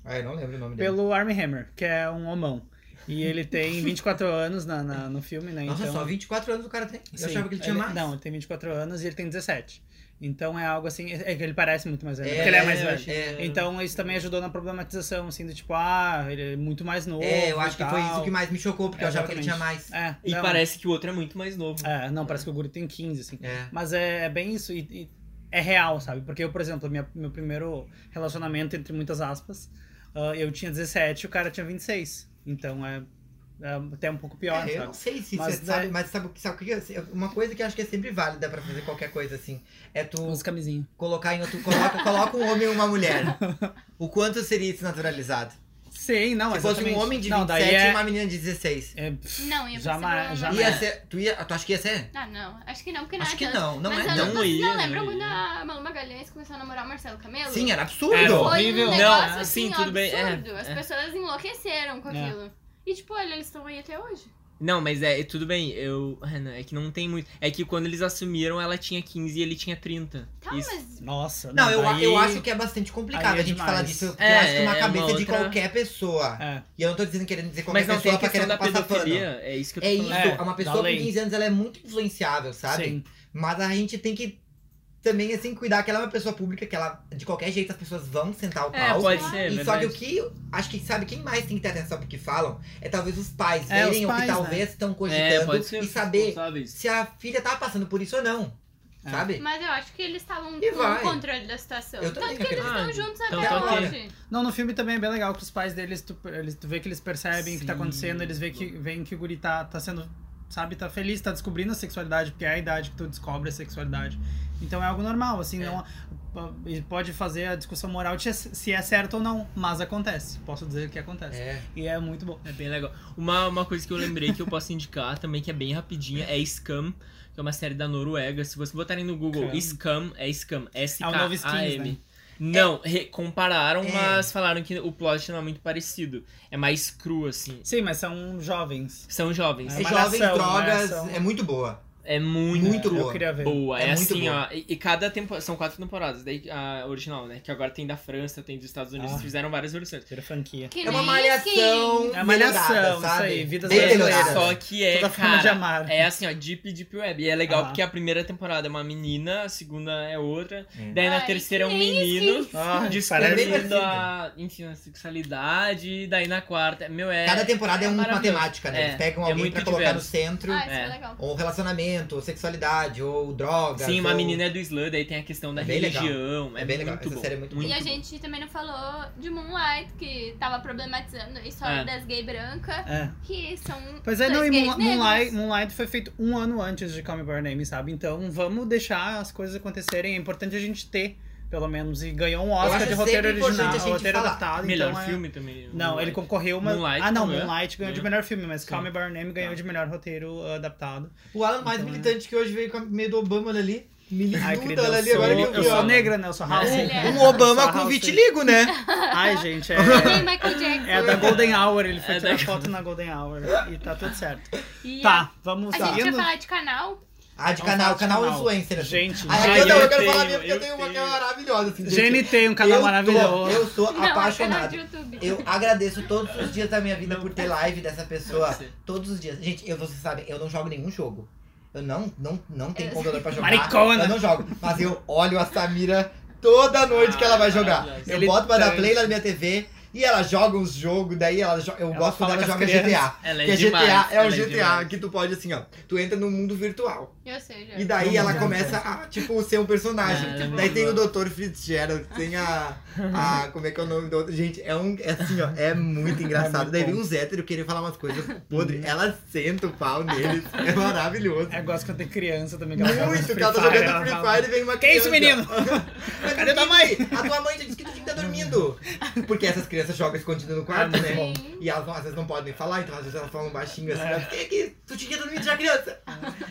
[SPEAKER 3] Ah, eu não lembro o nome dele.
[SPEAKER 2] pelo Armie Hammer, que é um homão. E ele tem
[SPEAKER 3] [LAUGHS]
[SPEAKER 2] 24 anos na, na- no filme, né?
[SPEAKER 3] Nossa,
[SPEAKER 2] então,
[SPEAKER 3] só 24 anos o cara tem. Eu
[SPEAKER 2] Sim,
[SPEAKER 3] achava que ele tinha mais. É,
[SPEAKER 2] Não, ele tem 24 anos e ele tem 17. Então é algo assim. É que ele parece muito mais velho.
[SPEAKER 3] É,
[SPEAKER 2] porque ele é mais
[SPEAKER 3] é,
[SPEAKER 2] velho.
[SPEAKER 4] é.
[SPEAKER 2] Então isso também ajudou na problematização, assim, do tipo, ah, ele é muito mais novo.
[SPEAKER 3] É, eu acho
[SPEAKER 2] e
[SPEAKER 3] que foi
[SPEAKER 2] tal.
[SPEAKER 3] isso que mais me chocou, porque eu achava que ele tinha mais.
[SPEAKER 2] É,
[SPEAKER 4] E
[SPEAKER 2] não,
[SPEAKER 4] parece que o outro é muito mais novo.
[SPEAKER 2] É, não, parece que o Guri tem 15, assim.
[SPEAKER 3] É.
[SPEAKER 2] Mas é, é bem isso, e, e é real, sabe? Porque eu, por exemplo, minha, meu primeiro relacionamento, entre muitas aspas, ah, eu tinha 17 e o cara tinha 26. Então é, é até um pouco pior,
[SPEAKER 3] É, eu não
[SPEAKER 2] sabe?
[SPEAKER 3] sei se
[SPEAKER 2] Mas
[SPEAKER 3] você
[SPEAKER 2] daí-
[SPEAKER 3] sabe, mas sabe, o que- sabe o que? é? Uma coisa que eu acho que é sempre válida pra fazer qualquer coisa assim é tu
[SPEAKER 2] Uns camisinhos.
[SPEAKER 3] colocar em outro. Coloca, coloca um homem e uma mulher. O quanto seria isso naturalizado?
[SPEAKER 2] Sim, não,
[SPEAKER 3] Se fosse um
[SPEAKER 2] exatamente.
[SPEAKER 3] homem de 27
[SPEAKER 2] não, daí
[SPEAKER 3] e
[SPEAKER 2] é-
[SPEAKER 3] uma menina de 16.
[SPEAKER 2] é, pff,
[SPEAKER 1] Não, ia
[SPEAKER 2] jamais,
[SPEAKER 1] ser
[SPEAKER 2] jamais.
[SPEAKER 3] Ia ser, tu, ia, tu acha que ia ser?
[SPEAKER 1] Ah, não. Acho que não, porque não
[SPEAKER 3] Acho que
[SPEAKER 1] adianta.
[SPEAKER 3] não, não
[SPEAKER 1] Mas
[SPEAKER 3] é.
[SPEAKER 1] eu
[SPEAKER 3] Não.
[SPEAKER 1] não, vocês não
[SPEAKER 4] ia,
[SPEAKER 1] lembram
[SPEAKER 4] não
[SPEAKER 1] quando
[SPEAKER 4] ia.
[SPEAKER 1] a Malu Magalhães começou a namorar o Marcelo Camelo?
[SPEAKER 3] Sim, era absurdo.
[SPEAKER 2] Era
[SPEAKER 1] Foi
[SPEAKER 2] horrível.
[SPEAKER 1] um
[SPEAKER 2] Não,
[SPEAKER 1] negócio
[SPEAKER 4] assim,
[SPEAKER 1] assim,
[SPEAKER 4] tudo bem, é,
[SPEAKER 1] absurdo. As
[SPEAKER 4] é.
[SPEAKER 1] pessoas enlouqueceram com
[SPEAKER 2] É.
[SPEAKER 1] aquilo. E tipo, olha, eles estão aí até hoje.
[SPEAKER 4] Não, mas é, é tudo bem, eu. ah, não, É que não tem muito. É que quando eles assumiram, ela tinha 15 e ele tinha 30.
[SPEAKER 1] Tá,
[SPEAKER 4] Isso.
[SPEAKER 1] mas
[SPEAKER 2] Nossa,
[SPEAKER 3] Não, eu,
[SPEAKER 2] daí-
[SPEAKER 3] eu acho que é bastante complicado
[SPEAKER 2] aí é
[SPEAKER 3] a gente
[SPEAKER 2] demais.
[SPEAKER 3] falar disso. porque
[SPEAKER 4] É,
[SPEAKER 3] eu acho que uma
[SPEAKER 4] é
[SPEAKER 3] cabeça
[SPEAKER 4] uma
[SPEAKER 3] de
[SPEAKER 4] outra-
[SPEAKER 3] qualquer pessoa.
[SPEAKER 2] É,
[SPEAKER 3] E eu não tô dizendo querendo dizer qualquer
[SPEAKER 4] Mas não tem
[SPEAKER 3] é pessoa
[SPEAKER 4] a
[SPEAKER 3] pra
[SPEAKER 4] questão
[SPEAKER 3] querendo
[SPEAKER 4] da
[SPEAKER 3] passar pano.
[SPEAKER 4] pedofilia. É isso que eu tô
[SPEAKER 3] É isso,
[SPEAKER 4] falando.
[SPEAKER 2] É,
[SPEAKER 3] uma
[SPEAKER 2] da
[SPEAKER 3] pessoa
[SPEAKER 2] lei.
[SPEAKER 3] com 15 anos ela é muito influenciável, sabe?
[SPEAKER 2] sim.
[SPEAKER 3] Mas a gente tem que também assim cuidar que ela é uma pessoa pública, que ela de qualquer jeito as pessoas vão sentar o
[SPEAKER 4] É,
[SPEAKER 3] pau.
[SPEAKER 4] pode ser, é
[SPEAKER 3] e
[SPEAKER 4] verdade.
[SPEAKER 3] só que o que acho que sabe quem mais tem que ter atenção pro que falam é talvez os pais
[SPEAKER 2] É, os
[SPEAKER 3] verem o
[SPEAKER 2] pais,
[SPEAKER 3] que
[SPEAKER 2] né?
[SPEAKER 3] talvez estão
[SPEAKER 4] É,
[SPEAKER 3] cogitando
[SPEAKER 4] pode ser.
[SPEAKER 3] e saber
[SPEAKER 4] responsáveis.
[SPEAKER 3] se a filha tá passando por isso ou não,
[SPEAKER 2] É.
[SPEAKER 3] sabe?
[SPEAKER 1] Mas eu acho que eles estavam
[SPEAKER 3] E
[SPEAKER 1] com
[SPEAKER 3] vai.
[SPEAKER 1] o controle da situação.
[SPEAKER 3] Eu
[SPEAKER 1] Tanto
[SPEAKER 3] também
[SPEAKER 1] que eles
[SPEAKER 4] acredito.
[SPEAKER 1] estão juntos
[SPEAKER 4] Então
[SPEAKER 1] até
[SPEAKER 3] tá ok.
[SPEAKER 1] hoje.
[SPEAKER 2] Não, no filme também é bem legal que os pais deles, tu, eles, tu vê que eles percebem o que tá
[SPEAKER 4] Sim.
[SPEAKER 2] acontecendo, eles vê que, veem que o guri tá, tá sendo, sabe, tá feliz, tá descobrindo a sexualidade, porque é a idade que tu descobre a sexualidade. Então é algo normal, assim,
[SPEAKER 4] É.
[SPEAKER 2] não. e Pode fazer a discussão moral de se é certo ou não, mas acontece. Posso dizer que acontece.
[SPEAKER 3] É.
[SPEAKER 2] E é muito bom.
[SPEAKER 4] É bem legal. Uma, uma coisa que eu lembrei que eu posso indicar também, que é bem rapidinha, é Scam, que é uma série da Noruega. Se vocês botarem no Google
[SPEAKER 2] Scam.
[SPEAKER 4] Scam, é Scam,
[SPEAKER 2] É o novo Skins,
[SPEAKER 4] S-K-A-M.
[SPEAKER 2] né?
[SPEAKER 4] Não, re- compararam,
[SPEAKER 3] É.
[SPEAKER 4] mas falaram que o plot não é muito parecido. É mais cru, assim.
[SPEAKER 2] Sim, mas são jovens.
[SPEAKER 4] São jovens.
[SPEAKER 2] É uma
[SPEAKER 3] Jovens,
[SPEAKER 2] malhação, né?
[SPEAKER 3] drogas,
[SPEAKER 2] São-
[SPEAKER 3] é muito boa.
[SPEAKER 4] É muito,
[SPEAKER 3] Muito
[SPEAKER 2] eu
[SPEAKER 3] boa.
[SPEAKER 2] queria ver.
[SPEAKER 4] boa. É,
[SPEAKER 3] É muito
[SPEAKER 4] assim,
[SPEAKER 3] boa.
[SPEAKER 4] ó. E, e cada temporada. São quatro temporadas, daí a original, né? Que agora tem da França, tem dos Estados Unidos,
[SPEAKER 2] Ah.
[SPEAKER 4] fizeram várias versões.
[SPEAKER 2] Primeira franquia.
[SPEAKER 1] Que
[SPEAKER 3] É uma
[SPEAKER 1] nem
[SPEAKER 3] malhação.
[SPEAKER 1] skin.
[SPEAKER 2] É uma malhação,
[SPEAKER 3] melhorada,
[SPEAKER 2] isso
[SPEAKER 3] sabe?
[SPEAKER 2] aí, vidas
[SPEAKER 3] Bem
[SPEAKER 2] brasileiras.
[SPEAKER 3] melhorada.
[SPEAKER 4] Só que é,
[SPEAKER 2] Toda forma de
[SPEAKER 4] cara,
[SPEAKER 2] amar.
[SPEAKER 4] é assim, ó, Deep Deep Web. E é legal
[SPEAKER 2] Ah.
[SPEAKER 4] porque a primeira temporada é uma menina, a segunda é outra,
[SPEAKER 3] Hum.
[SPEAKER 4] daí na
[SPEAKER 1] Ai,
[SPEAKER 4] terceira é um
[SPEAKER 1] que
[SPEAKER 4] menino.
[SPEAKER 2] Ah,
[SPEAKER 3] É bem
[SPEAKER 4] Descobrindo
[SPEAKER 3] parecido.
[SPEAKER 4] a, enfim, a sexualidade, daí na quarta, meu, é...
[SPEAKER 3] Cada temporada é,
[SPEAKER 4] é
[SPEAKER 3] uma
[SPEAKER 4] maravilhoso.
[SPEAKER 3] matemática, né?
[SPEAKER 4] É,
[SPEAKER 3] Eles pegam
[SPEAKER 4] é
[SPEAKER 3] alguém
[SPEAKER 4] muito
[SPEAKER 3] pra colocar no
[SPEAKER 4] diverso.
[SPEAKER 3] centro.
[SPEAKER 1] Ah, isso
[SPEAKER 4] É.
[SPEAKER 1] é legal.
[SPEAKER 3] Ou relacionamento, ou sexualidade, ou drogas.
[SPEAKER 4] Sim, uma
[SPEAKER 3] ou-
[SPEAKER 4] menina é do Slã, daí tem a questão da
[SPEAKER 3] É bem legal.
[SPEAKER 4] religião, é,
[SPEAKER 3] É bem legal,
[SPEAKER 4] muito
[SPEAKER 3] essa
[SPEAKER 4] bom.
[SPEAKER 3] série é muito
[SPEAKER 1] E a
[SPEAKER 3] boa.
[SPEAKER 1] gente também não falou de Moonlight, que tava problematizando a história
[SPEAKER 4] É.
[SPEAKER 1] das gays brancas,
[SPEAKER 2] É.
[SPEAKER 1] que
[SPEAKER 4] [COUGHS]
[SPEAKER 1] são.
[SPEAKER 2] Pois é,
[SPEAKER 1] dois
[SPEAKER 2] não, e
[SPEAKER 1] gays
[SPEAKER 2] Moonli-
[SPEAKER 1] negros.
[SPEAKER 2] Moonlight, Moonlight foi feito um ano antes de Call Me By Your Name, sabe? Então vamos deixar as coisas acontecerem. É importante a gente ter, pelo menos. E ganhou um Oscar
[SPEAKER 3] acho
[SPEAKER 2] de roteiro
[SPEAKER 3] sempre importante
[SPEAKER 2] original,
[SPEAKER 3] a gente
[SPEAKER 2] roteiro
[SPEAKER 3] falar.
[SPEAKER 2] adaptado.
[SPEAKER 4] Melhor
[SPEAKER 2] então é-
[SPEAKER 4] filme também. é.
[SPEAKER 2] Não, ele concorreu, mas.
[SPEAKER 4] Moonlight
[SPEAKER 2] ah, não,
[SPEAKER 4] ganhou.
[SPEAKER 2] Moonlight ganhou de
[SPEAKER 4] Ganhou.
[SPEAKER 2] melhor filme, mas Call
[SPEAKER 4] Sim.
[SPEAKER 2] Me By Your Name ganhou
[SPEAKER 4] Tá.
[SPEAKER 2] de melhor roteiro uh, adaptado.
[SPEAKER 3] O Alan mais
[SPEAKER 2] Então,
[SPEAKER 3] militante que hoje veio com a meio do Obama olha ali.
[SPEAKER 2] Ai,
[SPEAKER 3] Militante
[SPEAKER 2] querida,
[SPEAKER 3] olha
[SPEAKER 2] eu
[SPEAKER 3] ali, agora que
[SPEAKER 2] sou,
[SPEAKER 3] eu
[SPEAKER 2] eu
[SPEAKER 3] vi.
[SPEAKER 2] sou
[SPEAKER 3] ó.
[SPEAKER 2] negra, né? Eu sou House.
[SPEAKER 1] Ele é.
[SPEAKER 3] Um Obama com
[SPEAKER 2] [LAUGHS]
[SPEAKER 3] vitiligo, né?
[SPEAKER 2] Ai, gente,
[SPEAKER 1] [LAUGHS]
[SPEAKER 2] é.
[SPEAKER 1] Nem Michael Jackson.
[SPEAKER 2] É da Golden Hour, ele foi
[SPEAKER 4] É
[SPEAKER 2] tirar
[SPEAKER 4] da-
[SPEAKER 2] foto na Golden Hour. E tá tudo certo.
[SPEAKER 4] É,
[SPEAKER 1] E
[SPEAKER 2] Tá, vamos
[SPEAKER 1] A, a gente vai
[SPEAKER 2] seguindo.
[SPEAKER 1] falar de canal.
[SPEAKER 3] Ah, de
[SPEAKER 2] Vamos
[SPEAKER 3] canal,
[SPEAKER 2] falar de
[SPEAKER 3] canal
[SPEAKER 2] canal.
[SPEAKER 3] influencer.
[SPEAKER 2] É
[SPEAKER 3] assim.
[SPEAKER 2] um Gente,
[SPEAKER 3] Ah,
[SPEAKER 4] Ai,
[SPEAKER 3] eu, não, eu quero
[SPEAKER 4] eu
[SPEAKER 3] falar
[SPEAKER 4] tenho,
[SPEAKER 3] minha, porque eu
[SPEAKER 4] eu
[SPEAKER 3] tenho uma que é
[SPEAKER 4] tenho.
[SPEAKER 3] maravilhosa. assim, gente.
[SPEAKER 2] GNT, um canal
[SPEAKER 3] eu tô-
[SPEAKER 2] maravilhoso.
[SPEAKER 3] eu sou
[SPEAKER 1] Não, é canal
[SPEAKER 3] apaixonado.
[SPEAKER 1] de YouTube.
[SPEAKER 3] Eu agradeço todos os dias da minha vida por ter live dessa pessoa.
[SPEAKER 4] Pode ser.
[SPEAKER 3] Todos os dias. Gente, eu, vocês sabem, eu não jogo nenhum jogo. Eu não, não, não tenho
[SPEAKER 1] Eu-
[SPEAKER 3] computador pra jogar.
[SPEAKER 2] Maricona.
[SPEAKER 3] Eu não jogo. Mas eu olho a Samira toda noite que ela vai jogar.
[SPEAKER 4] Maravilhosa.
[SPEAKER 3] Eu
[SPEAKER 2] Ah, Ele
[SPEAKER 3] boto pra dar
[SPEAKER 2] tá-
[SPEAKER 3] play na minha TV e ela joga uns jogos, daí ela jo- eu
[SPEAKER 2] Ela
[SPEAKER 3] gosto quando
[SPEAKER 2] fala com
[SPEAKER 3] ela
[SPEAKER 2] as
[SPEAKER 3] joga
[SPEAKER 2] crianças.
[SPEAKER 3] GTA.
[SPEAKER 4] Ela é
[SPEAKER 3] Porque
[SPEAKER 4] demais,
[SPEAKER 3] GTA é o
[SPEAKER 4] ela é
[SPEAKER 3] GTA
[SPEAKER 4] demais.
[SPEAKER 3] que tu pode assim, ó. Tu entra no mundo virtual.
[SPEAKER 1] Eu sei, já.
[SPEAKER 3] E daí
[SPEAKER 2] Não,
[SPEAKER 3] ela
[SPEAKER 2] não,
[SPEAKER 3] começa a, tipo, ser um personagem.
[SPEAKER 4] Ah, ela é
[SPEAKER 3] daí tem o
[SPEAKER 4] boa.
[SPEAKER 3] Dr. Fitzgerald, tem a, a. Como é que é o nome do outro? Gente, é um. É assim, ó,
[SPEAKER 2] [LAUGHS]
[SPEAKER 3] é muito engraçado.
[SPEAKER 2] muito
[SPEAKER 3] daí vem
[SPEAKER 2] bom. Uhum.
[SPEAKER 3] uns héteros querer falar umas coisas podres. ela senta o
[SPEAKER 2] [LAUGHS]
[SPEAKER 3] pau neles. É maravilhoso.
[SPEAKER 2] Eu gosto quando tem criança também. Que ela joga
[SPEAKER 3] Muito,
[SPEAKER 2] Free
[SPEAKER 3] cara, tá
[SPEAKER 2] Fire,
[SPEAKER 3] jogando
[SPEAKER 2] ela
[SPEAKER 3] Free
[SPEAKER 2] fala,
[SPEAKER 3] Fire e vem uma
[SPEAKER 2] Que isso,
[SPEAKER 3] criança.
[SPEAKER 2] menino?
[SPEAKER 3] Mas
[SPEAKER 2] Cadê
[SPEAKER 3] por
[SPEAKER 2] tua
[SPEAKER 3] que
[SPEAKER 2] mãe?
[SPEAKER 3] que- A tua mãe já disse que tu tinha que estar dormindo. Porque essas crianças jogam escondidas no quarto,
[SPEAKER 2] Ah,
[SPEAKER 3] né?
[SPEAKER 1] bom.
[SPEAKER 3] E elas às vezes não podem falar, então às vezes elas falam baixinho assim. Por que que tu tinha que estar dormindo já, criança?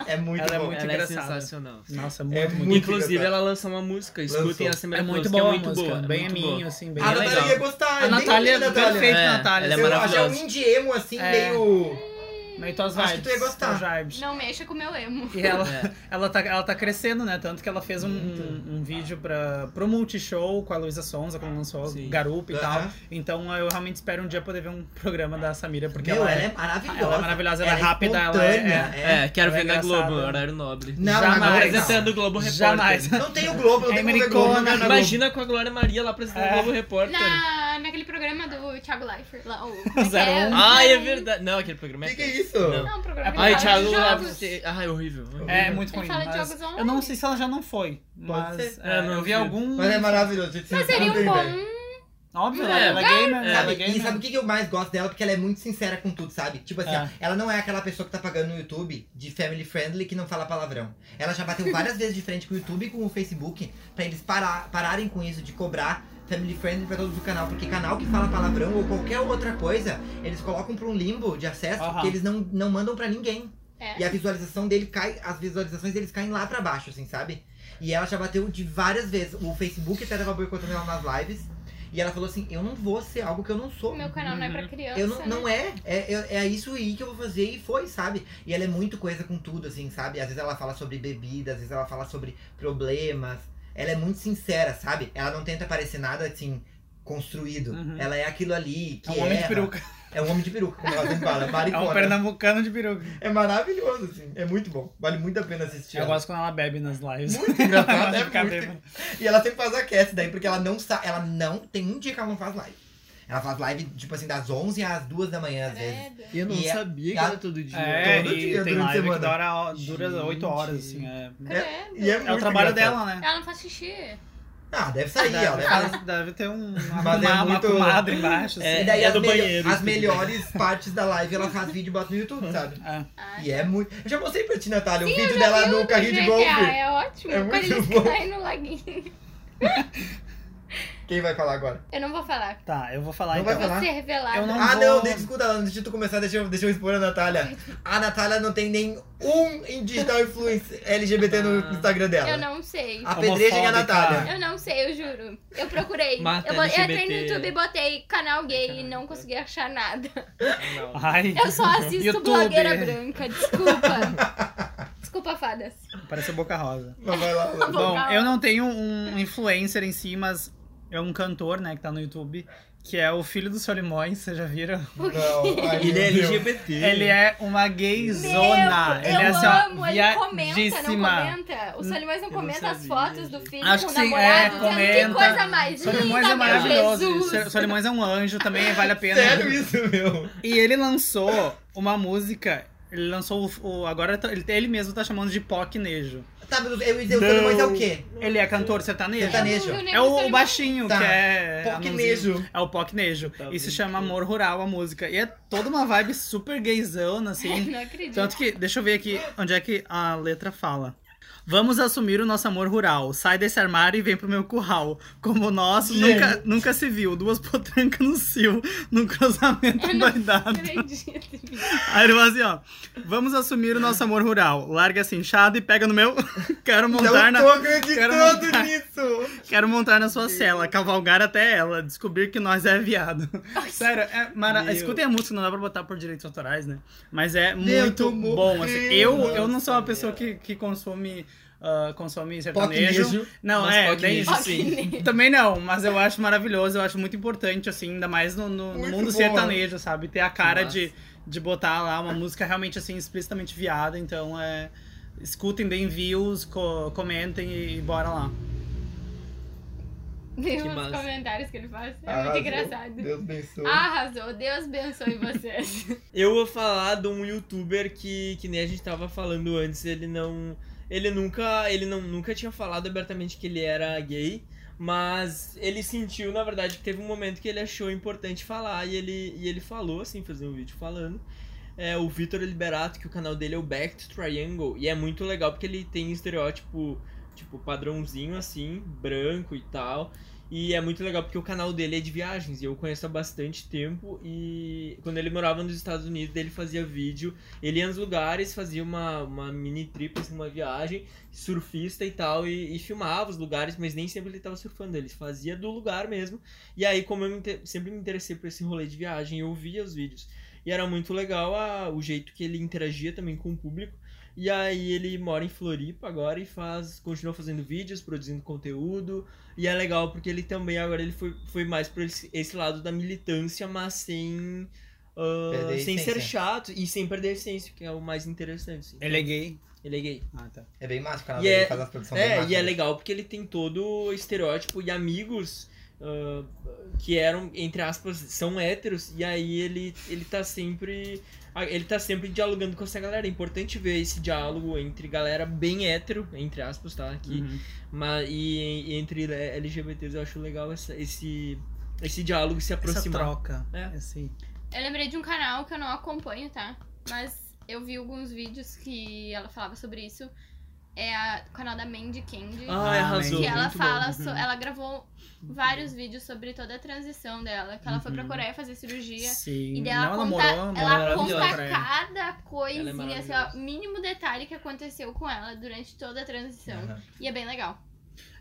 [SPEAKER 3] É muito
[SPEAKER 2] É. Ela é
[SPEAKER 3] bom.
[SPEAKER 2] muito
[SPEAKER 4] Ela é
[SPEAKER 2] engraçada.
[SPEAKER 4] sensacional.
[SPEAKER 2] Nossa, muito, muito.
[SPEAKER 3] muito
[SPEAKER 4] Inclusive,
[SPEAKER 3] engraçado.
[SPEAKER 4] ela lançou uma música, escutem
[SPEAKER 3] Lançou.
[SPEAKER 4] a Semana
[SPEAKER 2] É muito
[SPEAKER 4] boa,
[SPEAKER 2] boa
[SPEAKER 4] é
[SPEAKER 2] a
[SPEAKER 4] muito
[SPEAKER 2] música.
[SPEAKER 4] boa. é
[SPEAKER 2] bem
[SPEAKER 4] muito
[SPEAKER 2] aminho,
[SPEAKER 4] boa.
[SPEAKER 2] assim, bem
[SPEAKER 3] A
[SPEAKER 4] Ela é
[SPEAKER 3] Natália
[SPEAKER 4] legal.
[SPEAKER 3] ia gostar.
[SPEAKER 2] A
[SPEAKER 3] é bem
[SPEAKER 2] Natália,
[SPEAKER 3] bonita, Natália.
[SPEAKER 2] perfeito,
[SPEAKER 4] É,
[SPEAKER 2] Natália.
[SPEAKER 4] ela é
[SPEAKER 2] Seu-
[SPEAKER 3] Eu acho que é um
[SPEAKER 4] maravilhosa.
[SPEAKER 3] indie emo, assim,
[SPEAKER 2] É.
[SPEAKER 3] meio...
[SPEAKER 2] Meio tuas vibes.
[SPEAKER 3] Acho que tu ia gostar.
[SPEAKER 2] tuas vibes.
[SPEAKER 1] Não mexa com o meu emo.
[SPEAKER 2] E ela,
[SPEAKER 4] É.
[SPEAKER 2] ela, tá, ela tá crescendo, né? Tanto que ela fez um, um, um vídeo pra, pro Multishow com a Luísa Sonza, quando lançou
[SPEAKER 4] Sim.
[SPEAKER 2] Garupa e tal.
[SPEAKER 3] Aham.
[SPEAKER 2] Então eu realmente espero um dia poder ver um programa da Samira, porque
[SPEAKER 3] Meu,
[SPEAKER 2] ela,
[SPEAKER 3] ela é
[SPEAKER 2] é,
[SPEAKER 3] maravilhosa.
[SPEAKER 2] ela é maravilhosa, ela é rápida, ela é.
[SPEAKER 3] espontânea,
[SPEAKER 2] é-
[SPEAKER 4] É, quero
[SPEAKER 2] Ela é
[SPEAKER 4] ver na
[SPEAKER 2] engraçada.
[SPEAKER 4] Globo, horário nobre.
[SPEAKER 3] Não,
[SPEAKER 2] Jamais.
[SPEAKER 3] não,
[SPEAKER 4] Apresentando o Globo Repórter.
[SPEAKER 2] Jamais.
[SPEAKER 3] Não tem o Globo, não
[SPEAKER 2] É
[SPEAKER 3] tem como ver Globo. não
[SPEAKER 2] americana,
[SPEAKER 3] tem na Globo.
[SPEAKER 4] Imagina com a Glória Maria lá apresentando
[SPEAKER 2] É.
[SPEAKER 4] o Globo Repórter.
[SPEAKER 1] Na, naquele programa do Thiago Leifert lá,
[SPEAKER 4] [LAUGHS]
[SPEAKER 1] o.
[SPEAKER 2] Zero
[SPEAKER 1] é,
[SPEAKER 2] um.
[SPEAKER 4] Ai, é verdade. Não, aquele programa
[SPEAKER 3] O
[SPEAKER 4] é.
[SPEAKER 3] que que é
[SPEAKER 4] péssimo.
[SPEAKER 3] isso?
[SPEAKER 4] Não.
[SPEAKER 1] Não, um programa que
[SPEAKER 4] Ai,
[SPEAKER 1] fala de
[SPEAKER 4] Thiago, lá
[SPEAKER 1] jogos.
[SPEAKER 4] você. Ai, horrível. horrível.
[SPEAKER 2] É muito
[SPEAKER 1] Ele
[SPEAKER 2] ruim.
[SPEAKER 1] fala de
[SPEAKER 2] mas
[SPEAKER 1] jogos online.
[SPEAKER 2] eu não sei se ela já não foi, mas
[SPEAKER 3] ser.
[SPEAKER 2] é,
[SPEAKER 4] É, não,
[SPEAKER 2] eu vi
[SPEAKER 4] eu vi.
[SPEAKER 2] algum.
[SPEAKER 3] Mas é maravilhoso, gente.
[SPEAKER 1] Mas
[SPEAKER 3] vocês
[SPEAKER 1] seria
[SPEAKER 3] não
[SPEAKER 1] um
[SPEAKER 3] têm ideia.
[SPEAKER 1] bom.
[SPEAKER 2] Óbvio,
[SPEAKER 4] É,
[SPEAKER 2] ela é gamer,
[SPEAKER 4] é.
[SPEAKER 2] ela é
[SPEAKER 3] Sabe? E sabe
[SPEAKER 2] gamer.
[SPEAKER 3] o que que eu mais gosto dela? Porque ela é muito sincera com tudo, sabe? Tipo assim,
[SPEAKER 2] É.
[SPEAKER 3] ó, ela não é aquela pessoa que tá pagando no YouTube de family friendly que não fala palavrão. Ela já
[SPEAKER 2] [LAUGHS]
[SPEAKER 3] bateu várias vezes de frente com o YouTube e com o Facebook pra eles parar, pararem com isso de cobrar family friendly pra todos o canal. Porque canal que fala palavrão ou qualquer outra coisa, eles colocam pra um limbo de acesso
[SPEAKER 2] Aham.
[SPEAKER 3] que eles não, não mandam pra ninguém.
[SPEAKER 1] É.
[SPEAKER 3] E a visualização dele cai, as visualizações deles caem lá pra baixo, assim, sabe? E ela já bateu de várias vezes. O Facebook até tava boicotando ela nas lives. E ela falou assim: Eu não vou ser algo que eu não sou.
[SPEAKER 1] O meu canal não é pra
[SPEAKER 4] Uhum.
[SPEAKER 1] criança.
[SPEAKER 3] Eu não,
[SPEAKER 1] né?
[SPEAKER 3] não é, é, é- é isso aí que eu vou fazer e foi, sabe? E ela é muito coisa com tudo, assim, sabe? Às vezes ela fala sobre bebida, às vezes ela fala sobre problemas. Ela é muito sincera, sabe? Ela não tenta parecer nada assim construído.
[SPEAKER 2] Uhum.
[SPEAKER 3] Ela é aquilo ali que
[SPEAKER 2] É um homem de
[SPEAKER 3] erra.
[SPEAKER 2] peruca.
[SPEAKER 3] É um homem de peruca, como ela sempre fala,
[SPEAKER 2] É um
[SPEAKER 3] maricona.
[SPEAKER 2] pernambucano de peruca.
[SPEAKER 3] É maravilhoso, assim. É muito bom. Vale muito a pena assistir.
[SPEAKER 2] Eu
[SPEAKER 3] ela.
[SPEAKER 2] gosto quando ela bebe nas lives. [LAUGHS]
[SPEAKER 3] Muito
[SPEAKER 2] Ela
[SPEAKER 3] engraçado, é
[SPEAKER 2] fica
[SPEAKER 3] muito
[SPEAKER 2] bêbada.
[SPEAKER 3] E ela sempre faz a cast daí, porque ela não sabe. Ela não. Tem um dia que ela não faz live. Ela faz live, tipo assim, das 11 às 2 da manhã, às vezes.
[SPEAKER 1] Credo.
[SPEAKER 4] Eu não
[SPEAKER 3] E é-
[SPEAKER 4] sabia que
[SPEAKER 3] ela-
[SPEAKER 4] era todo dia.
[SPEAKER 2] É,
[SPEAKER 3] Todo
[SPEAKER 2] e
[SPEAKER 3] dia
[SPEAKER 2] tem
[SPEAKER 3] durante a
[SPEAKER 2] live que
[SPEAKER 3] semana.
[SPEAKER 2] dura, dura 8 horas, assim. É,
[SPEAKER 1] Credo.
[SPEAKER 3] E é,
[SPEAKER 2] é o trabalho dela, né?
[SPEAKER 1] Ela não faz xixi.
[SPEAKER 3] Ah, deve sair, ó.
[SPEAKER 2] Deve,
[SPEAKER 3] Deve sair.
[SPEAKER 2] deve- deve ter um, uma,
[SPEAKER 3] Mas é
[SPEAKER 2] uma
[SPEAKER 3] muito-
[SPEAKER 2] comadre embaixo, assim.
[SPEAKER 4] É,
[SPEAKER 3] e daí
[SPEAKER 4] é
[SPEAKER 3] as,
[SPEAKER 4] do
[SPEAKER 3] melho-
[SPEAKER 4] banheiro,
[SPEAKER 3] as
[SPEAKER 4] tudo bem.
[SPEAKER 3] melhores partes da live ela faz vídeo e bota no YouTube, sabe?
[SPEAKER 2] É.
[SPEAKER 1] Ai,
[SPEAKER 3] E é muito. Eu já mostrei pra ti, Natália, o vídeo
[SPEAKER 1] eu já
[SPEAKER 3] dela
[SPEAKER 1] vi
[SPEAKER 3] no
[SPEAKER 1] o
[SPEAKER 3] carrinho de
[SPEAKER 1] GTA,
[SPEAKER 3] golfe.
[SPEAKER 1] Ah, É ótimo.
[SPEAKER 3] É
[SPEAKER 1] Quando
[SPEAKER 3] muito
[SPEAKER 1] eles
[SPEAKER 3] bom.
[SPEAKER 1] caem no laguinho.
[SPEAKER 3] Quem vai falar agora?
[SPEAKER 1] Eu não vou falar.
[SPEAKER 2] Tá, eu vou falar
[SPEAKER 3] Não vai
[SPEAKER 2] então.
[SPEAKER 1] Vou
[SPEAKER 3] falar?
[SPEAKER 1] ser revelada.
[SPEAKER 2] Eu não-
[SPEAKER 3] ah,
[SPEAKER 2] vou-
[SPEAKER 3] não, deixa, escuta, Alan, antes de tu começar, deixa eu, deixa eu expor a Natália. A Natália não tem nenhum em digital influencer LGBT no Instagram dela.
[SPEAKER 1] Eu não sei.
[SPEAKER 3] A pedreja é a Natália.
[SPEAKER 1] Eu não sei, eu juro. Eu procurei.
[SPEAKER 4] Mata
[SPEAKER 1] eu, bo- eu entrei no
[SPEAKER 4] LGBT.
[SPEAKER 1] YouTube e botei canal gay e
[SPEAKER 4] Canal
[SPEAKER 1] não
[SPEAKER 4] gay.
[SPEAKER 1] consegui achar nada.
[SPEAKER 4] Não. é
[SPEAKER 2] Ai,
[SPEAKER 1] Eu só assisto
[SPEAKER 2] YouTube.
[SPEAKER 1] blogueira branca, desculpa. Desculpa, fadas.
[SPEAKER 2] Parece a Boca Rosa.
[SPEAKER 3] Mas vai lá. vai lá.
[SPEAKER 1] Boca
[SPEAKER 2] Bom,
[SPEAKER 1] Rosa.
[SPEAKER 2] eu não tenho um influencer em si, mas é um cantor, né, que tá no YouTube, que é o filho do Solimões, vocês já viram?
[SPEAKER 3] Não, ai,
[SPEAKER 4] Ele é
[SPEAKER 3] meu Deus.
[SPEAKER 4] LGBT.
[SPEAKER 2] Ele é uma gayzona.
[SPEAKER 1] Meu,
[SPEAKER 2] ele é
[SPEAKER 1] eu
[SPEAKER 2] assim, ó,
[SPEAKER 1] amo, ele comenta, não
[SPEAKER 2] viadíssima.
[SPEAKER 1] comenta. O Solimões não
[SPEAKER 4] Eu não
[SPEAKER 1] comenta as
[SPEAKER 4] sabia,
[SPEAKER 1] fotos do
[SPEAKER 4] gente.
[SPEAKER 1] filho
[SPEAKER 2] Acho
[SPEAKER 1] com
[SPEAKER 2] que
[SPEAKER 1] o
[SPEAKER 2] sim,
[SPEAKER 1] namorado.
[SPEAKER 2] é,
[SPEAKER 1] dizendo,
[SPEAKER 2] comenta.
[SPEAKER 1] Que coisa mais
[SPEAKER 2] Solimões
[SPEAKER 1] linda,
[SPEAKER 2] é maravilhoso.
[SPEAKER 1] Meu
[SPEAKER 2] Sol-
[SPEAKER 1] Tá Jesus.
[SPEAKER 2] Solimões é um anjo também, vale a pena.
[SPEAKER 3] Sério isso, meu?
[SPEAKER 2] E ele lançou uma música. Ele lançou o. o- agora tá- ele, ele mesmo tá chamando de Pocnejo.
[SPEAKER 3] Tá, mas eu ia dizer, o
[SPEAKER 2] Não.
[SPEAKER 3] Solimões é o quê?
[SPEAKER 2] Ele é cantor sertanejo.
[SPEAKER 1] Eu não vi
[SPEAKER 3] Sertanejo.
[SPEAKER 1] nem
[SPEAKER 2] É o, o
[SPEAKER 1] Solimões.
[SPEAKER 2] baixinho,
[SPEAKER 3] Tá.
[SPEAKER 2] que é. a mãozinha.
[SPEAKER 3] Pocnejo.
[SPEAKER 2] É o Pocnejo.
[SPEAKER 4] Tá
[SPEAKER 2] e se
[SPEAKER 4] bem.
[SPEAKER 2] chama Amor Rural a música. E é toda uma vibe super gayzona, assim.
[SPEAKER 1] [LAUGHS] Não acredito.
[SPEAKER 2] Tanto que, deixa eu ver aqui onde é que a letra fala. Vamos assumir o nosso amor rural. Sai desse armário e vem pro meu curral. Como nós,
[SPEAKER 3] Gente.
[SPEAKER 2] nunca, nunca se viu. Duas [LAUGHS] potrancas no cio, num cruzamento
[SPEAKER 1] Eu não
[SPEAKER 2] doidado.
[SPEAKER 1] acredito.
[SPEAKER 2] Aí ele fala assim, ó. Vamos assumir o nosso amor rural. Larga essa inchada e pega no meu. [LAUGHS] Quero montar, na,
[SPEAKER 3] Não tô
[SPEAKER 2] Quero
[SPEAKER 3] acreditando
[SPEAKER 2] montar.
[SPEAKER 3] nisso.
[SPEAKER 2] quero montar na sua cela, cavalgar até ela, descobrir que nós é viado. Sério, é mara...
[SPEAKER 4] Meu.
[SPEAKER 2] escutem a música, não dá pra botar por direitos autorais, né? Mas é
[SPEAKER 3] Meu,
[SPEAKER 2] muito
[SPEAKER 3] tô morrendo.
[SPEAKER 2] bom. assim. Eu, eu não sou uma
[SPEAKER 4] Nossa,
[SPEAKER 2] pessoa que,
[SPEAKER 4] meu.
[SPEAKER 2] que consome, ah, consome sertanejo.
[SPEAKER 3] Pocnejo.
[SPEAKER 2] Não,
[SPEAKER 4] Mas
[SPEAKER 2] é,
[SPEAKER 4] pode
[SPEAKER 2] nem
[SPEAKER 4] mesmo.
[SPEAKER 2] isso. Também não, mas eu acho maravilhoso, eu acho muito importante, assim, ainda mais no, no- no
[SPEAKER 3] Muito
[SPEAKER 2] mundo
[SPEAKER 3] bom.
[SPEAKER 2] sertanejo, sabe? Ter a cara
[SPEAKER 4] Massa.
[SPEAKER 2] de, de botar lá uma música realmente, assim, explicitamente viada. Então, é. Escutem, deem views, co- comentem e, e bora lá.
[SPEAKER 1] Tem
[SPEAKER 4] Que
[SPEAKER 1] uns
[SPEAKER 4] massa.
[SPEAKER 1] comentários que ele faz. É
[SPEAKER 3] Arrasou.
[SPEAKER 1] muito engraçado.
[SPEAKER 3] Deus abençoe.
[SPEAKER 1] Ah. Arrasou, Deus abençoe vocês.
[SPEAKER 4] Eu vou falar de um youtuber que, que nem a gente tava falando antes, ele não. Ele nunca. Ele não, nunca tinha falado abertamente que ele era gay, mas ele sentiu, na verdade, que teve um momento que ele achou importante falar e ele, e ele falou, assim, fazer um vídeo falando. É o Vitor Liberato, que o canal dele é o Back to Triangle, e é muito legal porque ele tem estereótipo, tipo, padrãozinho assim, branco e tal. E é muito legal porque o canal dele é de viagens e eu conheço há bastante tempo. E quando ele morava nos Estados Unidos, ele fazia vídeo. Ele ia nos lugares, fazia uma, uma mini trip, assim, uma viagem, surfista e tal, e, e filmava os lugares, mas nem sempre ele tava surfando, ele fazia do lugar mesmo. E aí, como eu me inte- sempre me interessei por esse rolê de viagem, eu via os vídeos. E era muito legal a- o jeito que ele interagia também com o público. E aí ele mora em Floripa agora e faz. continua fazendo vídeos, produzindo conteúdo. E é legal porque ele também agora ele foi, foi mais por esse, esse lado da militância, mas sem. ah,
[SPEAKER 3] Perder a
[SPEAKER 4] sem
[SPEAKER 3] essência.
[SPEAKER 4] ser chato e sem perder a essência, que é o mais interessante. assim.
[SPEAKER 2] Ele é gay?
[SPEAKER 4] Ele é gay.
[SPEAKER 2] Ah, tá.
[SPEAKER 3] É bem massa o canal
[SPEAKER 4] E
[SPEAKER 3] dele,
[SPEAKER 4] é-
[SPEAKER 3] faz as produções bem né?
[SPEAKER 4] É,
[SPEAKER 3] massas.
[SPEAKER 4] e é legal porque ele tem todo o estereótipo e amigos ah, que eram, entre aspas, são héteros, e aí ele, ele tá sempre. ah, Ele tá sempre dialogando com essa galera. É importante ver esse diálogo entre galera bem hétero, entre aspas, tá? Que,
[SPEAKER 2] Uhum.
[SPEAKER 4] Mas, e, e entre LGBTs eu acho legal essa- esse, esse diálogo se
[SPEAKER 2] Essa
[SPEAKER 4] aproximar.
[SPEAKER 2] troca.
[SPEAKER 4] É.
[SPEAKER 2] Assim.
[SPEAKER 1] Eu lembrei de um canal que eu não acompanho, tá? Mas eu vi alguns vídeos que ela falava sobre isso. É a- o canal da Mandy Candy.
[SPEAKER 4] Ah, arrasou.
[SPEAKER 1] que ela
[SPEAKER 4] muito
[SPEAKER 1] fala,
[SPEAKER 4] bom.
[SPEAKER 1] so-
[SPEAKER 2] Uhum.
[SPEAKER 1] ela gravou vários vídeos sobre toda a transição dela. Que ela foi pra
[SPEAKER 2] Uhum.
[SPEAKER 1] Coreia fazer cirurgia.
[SPEAKER 2] Sim.
[SPEAKER 1] E daí ela
[SPEAKER 2] não, né?
[SPEAKER 1] conta,
[SPEAKER 2] namorou, é
[SPEAKER 1] ela
[SPEAKER 4] maravilhosa,
[SPEAKER 1] conta
[SPEAKER 2] pra ele.
[SPEAKER 1] cada
[SPEAKER 4] Ela é
[SPEAKER 1] coisinha, assim,
[SPEAKER 4] maravilhosa.
[SPEAKER 1] ó, mínimo detalhe que aconteceu com ela durante toda a transição.
[SPEAKER 3] Aham.
[SPEAKER 1] E é bem legal.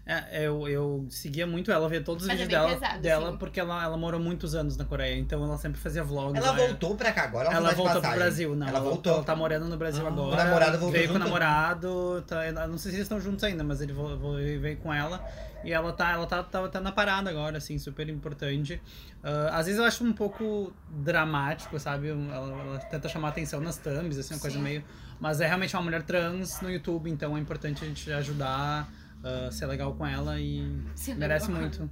[SPEAKER 2] É, eu, eu seguia muito ela, via todos os
[SPEAKER 1] Mas é
[SPEAKER 2] vídeos
[SPEAKER 1] bem
[SPEAKER 2] dela,
[SPEAKER 1] pesado,
[SPEAKER 2] dela
[SPEAKER 1] sim.
[SPEAKER 2] porque ela, ela morou muitos anos na Coreia, então ela sempre fazia vlogs.
[SPEAKER 3] Ela
[SPEAKER 2] lá.
[SPEAKER 3] voltou pra cá agora, ela,
[SPEAKER 2] Ela
[SPEAKER 3] tá de
[SPEAKER 2] voltou pro
[SPEAKER 3] passagem.
[SPEAKER 2] Brasil, não.
[SPEAKER 3] Ela voltou.
[SPEAKER 2] Ela tá morando no Brasil
[SPEAKER 4] Ah.
[SPEAKER 2] agora.
[SPEAKER 4] O
[SPEAKER 3] namorado voltou
[SPEAKER 2] Veio com o
[SPEAKER 3] junto?
[SPEAKER 2] namorado. tá- eu não sei se eles estão juntos ainda, mas ele vo- vo- veio com ela. E ela tá, ela tá, tá, tá na parada agora, assim, super importante. Ah, às vezes eu acho um pouco dramático, sabe? Um, Ela, ela tenta chamar atenção nas thumbs, assim, uma coisa
[SPEAKER 1] Sim.
[SPEAKER 2] meio. Mas é realmente uma mulher trans no YouTube, então é importante a gente ajudar, ah, ser legal com ela e
[SPEAKER 1] Sim,
[SPEAKER 2] merece
[SPEAKER 1] legal.
[SPEAKER 2] muito.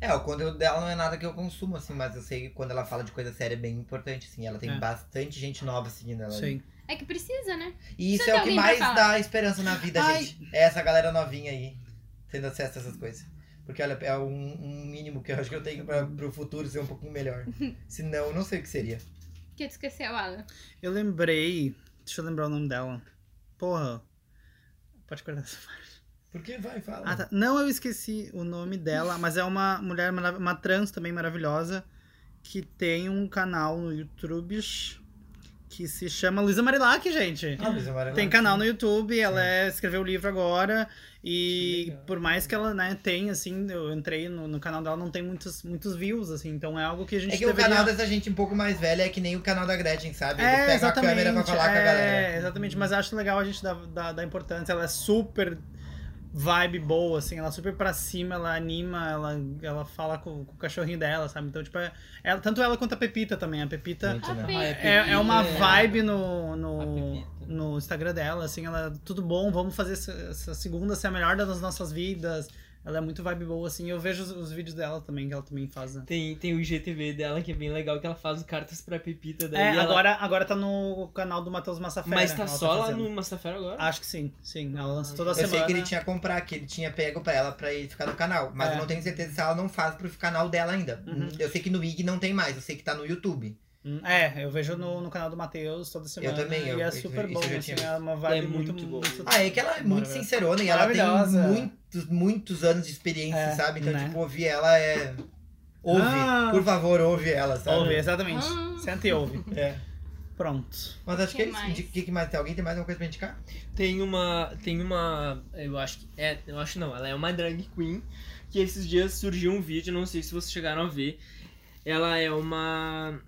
[SPEAKER 3] É, o conteúdo dela não é nada que eu consumo, assim, mas eu sei que quando ela fala de coisa séria é bem importante, assim. Ela tem
[SPEAKER 2] É.
[SPEAKER 3] bastante gente nova seguindo ela.
[SPEAKER 2] Sim.
[SPEAKER 1] É que precisa, né?
[SPEAKER 3] E isso
[SPEAKER 1] Precisa ter
[SPEAKER 3] é o que
[SPEAKER 1] alguém pra
[SPEAKER 3] mais
[SPEAKER 1] falar.
[SPEAKER 3] dá esperança na vida,
[SPEAKER 2] Ai.
[SPEAKER 3] gente. É essa galera novinha aí, tendo acesso a essas coisas. Porque olha, é um, um mínimo que eu acho que eu tenho pra, pro futuro ser um
[SPEAKER 1] [LAUGHS]
[SPEAKER 3] pouquinho melhor. Senão, eu não sei o que seria.
[SPEAKER 1] Que tu esqueceu, Alan.
[SPEAKER 2] Eu lembrei. Deixa eu lembrar o nome dela. Porra. Pode cortar essa parte.
[SPEAKER 3] Por que vai, fala.
[SPEAKER 2] Ah, tá. Não, eu esqueci o nome dela, mas é uma mulher, marav- uma trans também maravilhosa, que tem um canal no YouTube que se chama Luísa Marilac, gente.
[SPEAKER 3] Ah, Luísa Marilac.
[SPEAKER 2] Tem canal né? no YouTube, ela é- escreveu o livro agora. E por mais que ela né, tenha, assim, eu entrei no, no canal dela, não tem muitos, muitos views, assim, então é algo que a gente
[SPEAKER 3] É que o
[SPEAKER 2] deveria...
[SPEAKER 3] canal dessa gente um pouco mais velha é que nem o canal da Gretchen, sabe? Eles
[SPEAKER 2] É,
[SPEAKER 3] pegam a
[SPEAKER 2] exatamente.
[SPEAKER 3] câmera pra falar com a
[SPEAKER 2] é,
[SPEAKER 3] galera.
[SPEAKER 2] Exatamente, mas eu acho legal a gente dar, dar, dar importância. Ela é super vibe boa, assim, ela é super pra cima, ela anima, ela, ela fala com, com o cachorrinho dela, sabe? Então, tipo, é- ela, tanto ela quanto a Pepita também. A Pepita
[SPEAKER 3] Gente, né?
[SPEAKER 1] Pe-
[SPEAKER 2] é, é uma
[SPEAKER 4] Pepita.
[SPEAKER 2] vibe no,
[SPEAKER 4] A
[SPEAKER 2] no,
[SPEAKER 4] Pepita.
[SPEAKER 2] no Instagram dela, assim, ela, tudo bom, vamos fazer essa, essa segunda ser a melhor das nossas vidas. Ela é muito vibe boa, assim, eu vejo os, os vídeos dela também, que ela também faz. né?
[SPEAKER 4] Tem, tem o IGTV dela que é bem legal, que ela faz cartas pra Pepita daí.
[SPEAKER 2] É,
[SPEAKER 4] ela-
[SPEAKER 2] agora, agora tá no canal do Matheus Massafera. né?
[SPEAKER 4] Mas tá
[SPEAKER 2] ela
[SPEAKER 4] só lá
[SPEAKER 2] fazendo. Ah.
[SPEAKER 4] no Massafera agora?
[SPEAKER 2] Acho que sim, sim. Ela lança toda
[SPEAKER 4] Eu
[SPEAKER 3] Ah, Eu
[SPEAKER 2] semana.
[SPEAKER 3] sei que ele tinha comprar, que ele tinha pego pra ela pra ele ficar no canal. Mas
[SPEAKER 2] É.
[SPEAKER 3] eu não tenho certeza se ela não faz pro canal dela ainda.
[SPEAKER 2] Uhum.
[SPEAKER 3] Eu sei que no IG não tem mais, eu sei que tá no YouTube.
[SPEAKER 2] Hum, É, eu vejo no, no canal do Matheus toda semana.
[SPEAKER 3] também, eu-
[SPEAKER 2] E é
[SPEAKER 3] isso-
[SPEAKER 2] super
[SPEAKER 3] isso
[SPEAKER 2] bom,
[SPEAKER 3] eu já
[SPEAKER 2] assim,
[SPEAKER 3] tinha
[SPEAKER 2] é uma vibe
[SPEAKER 4] É
[SPEAKER 2] muito,
[SPEAKER 4] muito bom.
[SPEAKER 2] muito-
[SPEAKER 3] Ah, é que ela é muito
[SPEAKER 2] Maravilhosa.
[SPEAKER 3] sincerona e ela tem
[SPEAKER 2] Maravilhosa.
[SPEAKER 3] muitos, muitos anos de experiência,
[SPEAKER 2] É,
[SPEAKER 3] sabe? Então,
[SPEAKER 2] né?
[SPEAKER 3] tipo, ouvir ela é. Ouve,
[SPEAKER 2] Ah.
[SPEAKER 3] por favor, ouve ela, sabe?
[SPEAKER 2] Ouve, exatamente.
[SPEAKER 1] Hum.
[SPEAKER 4] Ah.
[SPEAKER 2] Senta e ouve.
[SPEAKER 3] É.
[SPEAKER 2] Pronto.
[SPEAKER 3] Mas acho que é
[SPEAKER 1] Quem
[SPEAKER 3] isso.
[SPEAKER 1] mais?
[SPEAKER 3] De- que, que mais? Tem alguém? Tem mais alguma coisa
[SPEAKER 2] [LAUGHS]
[SPEAKER 3] pra indicar?
[SPEAKER 4] Tem uma. Tem uma. Eu acho que. É, eu acho não. Ela é uma drag queen. Que esses dias surgiu um vídeo, não sei se vocês chegaram a ver. Ela é uma.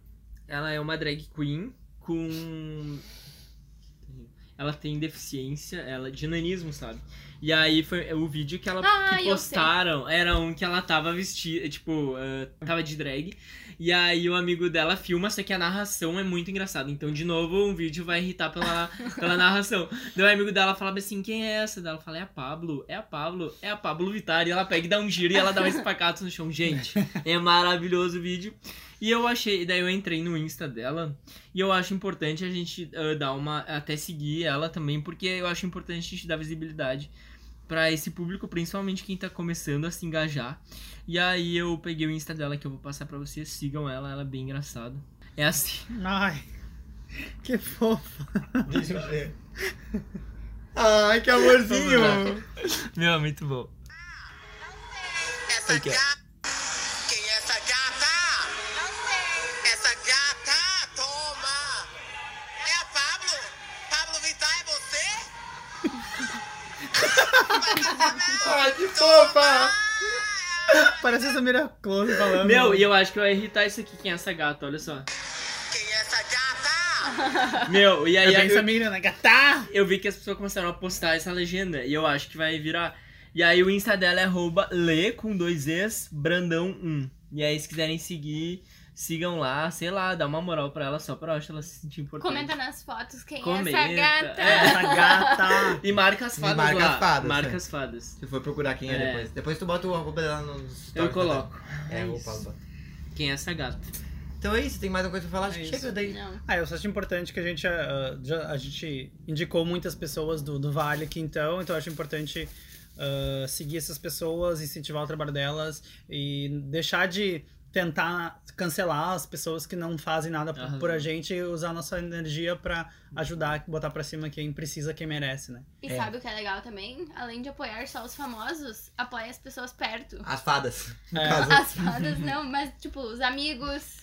[SPEAKER 4] Ela é uma drag queen com. Ela tem deficiência, ela é de nanismo, sabe? E aí foi é o vídeo que ela
[SPEAKER 1] Ah,
[SPEAKER 4] que
[SPEAKER 1] eu
[SPEAKER 4] postaram era um que ela tava vestida, tipo, eh, tava de drag. E aí o amigo dela filma, só que a narração é muito engraçada. Então, de novo, um vídeo vai
[SPEAKER 1] [LAUGHS]
[SPEAKER 4] irritar pela, pela narração. Daí o amigo dela fala assim, quem é essa? Daí ela fala, é a Pablo, é a Pablo, é a Pablo Vittar. E ela pega e dá um giro e ela dá um espacato no chão. Gente, é maravilhoso o vídeo. E eu achei, daí eu entrei no Insta dela e eu acho importante a gente eh, dar uma. até seguir ela também, porque eu acho importante a gente dar visibilidade pra esse público, principalmente quem tá começando a se engajar. E aí eu peguei o Insta dela que eu vou passar pra vocês, sigam ela, ela é bem engraçada. É assim.
[SPEAKER 2] Ai. Que fofo.
[SPEAKER 3] Deixa eu ver. Ai, que amorzinho!
[SPEAKER 4] Vamos [LAUGHS] Meu, é muito bom. é.
[SPEAKER 5] Essa gata. Quem é essa gata? Não sei. Essa gata, toma! É a Pablo? Pablo Vittar é você?
[SPEAKER 3] Ai, que fofa!
[SPEAKER 2] Parece essa Mira Close falando.
[SPEAKER 4] Meu, e eu acho que vai irritar isso aqui, quem é essa gata, olha [LAUGHS] só.
[SPEAKER 5] Quem é essa gata?
[SPEAKER 4] Meu, e
[SPEAKER 2] É
[SPEAKER 4] aí
[SPEAKER 2] bem
[SPEAKER 4] eu,
[SPEAKER 2] essa menina, né? Gatá!
[SPEAKER 4] eu vi que as pessoas começaram a postar essa legenda e eu acho que vai virar. E aí o Insta dela é arroba le com dois es brandão 1. E aí se quiserem seguir, sigam lá, sei lá, dá uma moral pra ela só pra eu acho ela se sentir importante.
[SPEAKER 1] Comenta nas fotos quem é
[SPEAKER 4] Comenta,
[SPEAKER 1] essa gata.
[SPEAKER 4] é.
[SPEAKER 2] Essa gata!
[SPEAKER 4] E marca as
[SPEAKER 3] E
[SPEAKER 4] fadas
[SPEAKER 3] marca
[SPEAKER 4] lá.
[SPEAKER 3] as fadas,
[SPEAKER 4] marca
[SPEAKER 3] né?
[SPEAKER 4] as fadas.
[SPEAKER 3] Se for procurar quem é,
[SPEAKER 4] É.
[SPEAKER 3] depois. Depois tu bota o arroba dela nos
[SPEAKER 4] Eu
[SPEAKER 3] stories,
[SPEAKER 4] coloco.
[SPEAKER 3] né? É,
[SPEAKER 4] É
[SPEAKER 3] o
[SPEAKER 4] isso.
[SPEAKER 3] Paulo.
[SPEAKER 4] Quem é essa gata?
[SPEAKER 3] Então é isso, tem mais uma coisa pra falar? Acho
[SPEAKER 2] É
[SPEAKER 3] que
[SPEAKER 2] isso.
[SPEAKER 3] chega daí.
[SPEAKER 1] Não.
[SPEAKER 2] Ah, eu só acho importante que a gente, ah, já- a gente indicou muitas pessoas do, do Vale aqui, então, então eu acho importante ah, seguir essas pessoas, incentivar o trabalho delas e deixar de tentar cancelar as pessoas que não fazem nada por,
[SPEAKER 4] Aham.
[SPEAKER 2] por a gente e usar a nossa energia pra ajudar, botar pra cima quem precisa, quem merece, né?
[SPEAKER 1] E
[SPEAKER 3] É.
[SPEAKER 1] sabe o que é legal também? Além de apoiar só os famosos, apoia as pessoas perto.
[SPEAKER 3] As fadas. No
[SPEAKER 2] É.
[SPEAKER 3] caso.
[SPEAKER 1] As fadas não, mas tipo, os amigos.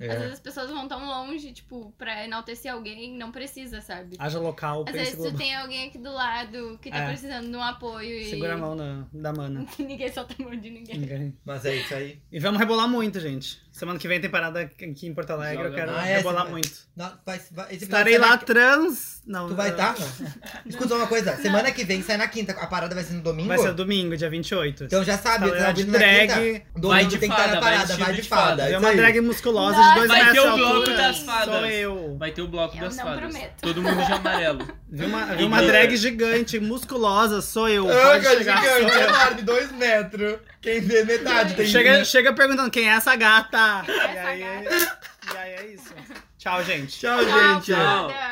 [SPEAKER 1] Às
[SPEAKER 3] É.
[SPEAKER 1] vezes as pessoas vão tão longe, tipo, pra enaltecer alguém, não precisa, sabe?
[SPEAKER 2] Haja local,
[SPEAKER 1] Às
[SPEAKER 2] pense
[SPEAKER 1] vezes tu
[SPEAKER 2] global.
[SPEAKER 1] tem alguém aqui do lado que tá
[SPEAKER 2] Ah, É.
[SPEAKER 1] precisando de um apoio e.
[SPEAKER 2] Segura a mão na- da mana.
[SPEAKER 1] [LAUGHS] Que ninguém solta a mão de ninguém.
[SPEAKER 2] Ninguém.
[SPEAKER 3] Mas é isso aí.
[SPEAKER 2] E vamos rebolar muito, gente. Semana que vem tem parada aqui em Porto Alegre, eu
[SPEAKER 4] Joga.
[SPEAKER 2] quero
[SPEAKER 3] Ah, é,
[SPEAKER 2] rebolar
[SPEAKER 3] semana-
[SPEAKER 2] muito.
[SPEAKER 3] Não, vai- vai- esse episódio
[SPEAKER 2] Estarei
[SPEAKER 3] sai
[SPEAKER 2] lá
[SPEAKER 3] na-
[SPEAKER 2] trans. Não,
[SPEAKER 3] Tu vai tá
[SPEAKER 2] ah,
[SPEAKER 3] estar? Escuta uma coisa, semana que vem sai na quinta. A parada vai ser no domingo?
[SPEAKER 2] Vai ser domingo, dia 28.
[SPEAKER 3] Então já sabe,
[SPEAKER 2] Tá lá
[SPEAKER 3] tá
[SPEAKER 2] de
[SPEAKER 3] ouvindo na
[SPEAKER 2] drag.
[SPEAKER 3] quinta. Domingo
[SPEAKER 4] Vai de
[SPEAKER 3] tem que estar
[SPEAKER 4] fada,
[SPEAKER 3] na
[SPEAKER 4] vai
[SPEAKER 3] parada,
[SPEAKER 4] vestido
[SPEAKER 3] vai de
[SPEAKER 4] de
[SPEAKER 3] fada.
[SPEAKER 4] fada.
[SPEAKER 3] é
[SPEAKER 2] é
[SPEAKER 3] isso
[SPEAKER 2] uma
[SPEAKER 3] aí.
[SPEAKER 2] drag musculosa de
[SPEAKER 1] Nossa,
[SPEAKER 2] dois
[SPEAKER 1] vai
[SPEAKER 2] metros
[SPEAKER 1] ter
[SPEAKER 2] de
[SPEAKER 1] o bloco
[SPEAKER 2] altura.
[SPEAKER 1] das
[SPEAKER 4] fadas.
[SPEAKER 2] Sou eu.
[SPEAKER 4] Vai ter o bloco
[SPEAKER 1] Eu
[SPEAKER 4] das
[SPEAKER 1] não
[SPEAKER 4] fadas.
[SPEAKER 1] prometo.
[SPEAKER 4] Todo mundo de amarelo.
[SPEAKER 2] Vi uma, vi
[SPEAKER 4] E
[SPEAKER 2] uma
[SPEAKER 4] glitter.
[SPEAKER 2] drag gigante, musculosa, sou eu.
[SPEAKER 3] Ah,
[SPEAKER 2] Pode
[SPEAKER 3] cara,
[SPEAKER 2] chegar, sou
[SPEAKER 3] gigante,
[SPEAKER 2] eu.
[SPEAKER 3] enorme, dois metros. Quem vê
[SPEAKER 2] [LAUGHS]
[SPEAKER 3] metade tem
[SPEAKER 2] Chega,
[SPEAKER 3] vinte.
[SPEAKER 2] chega perguntando quem é essa gata.
[SPEAKER 1] Quem é essa
[SPEAKER 2] e, aí, e aí é isso. Tchau, gente.
[SPEAKER 3] Tchau,
[SPEAKER 1] Tchau,
[SPEAKER 3] gente.
[SPEAKER 4] tchau.
[SPEAKER 1] fada.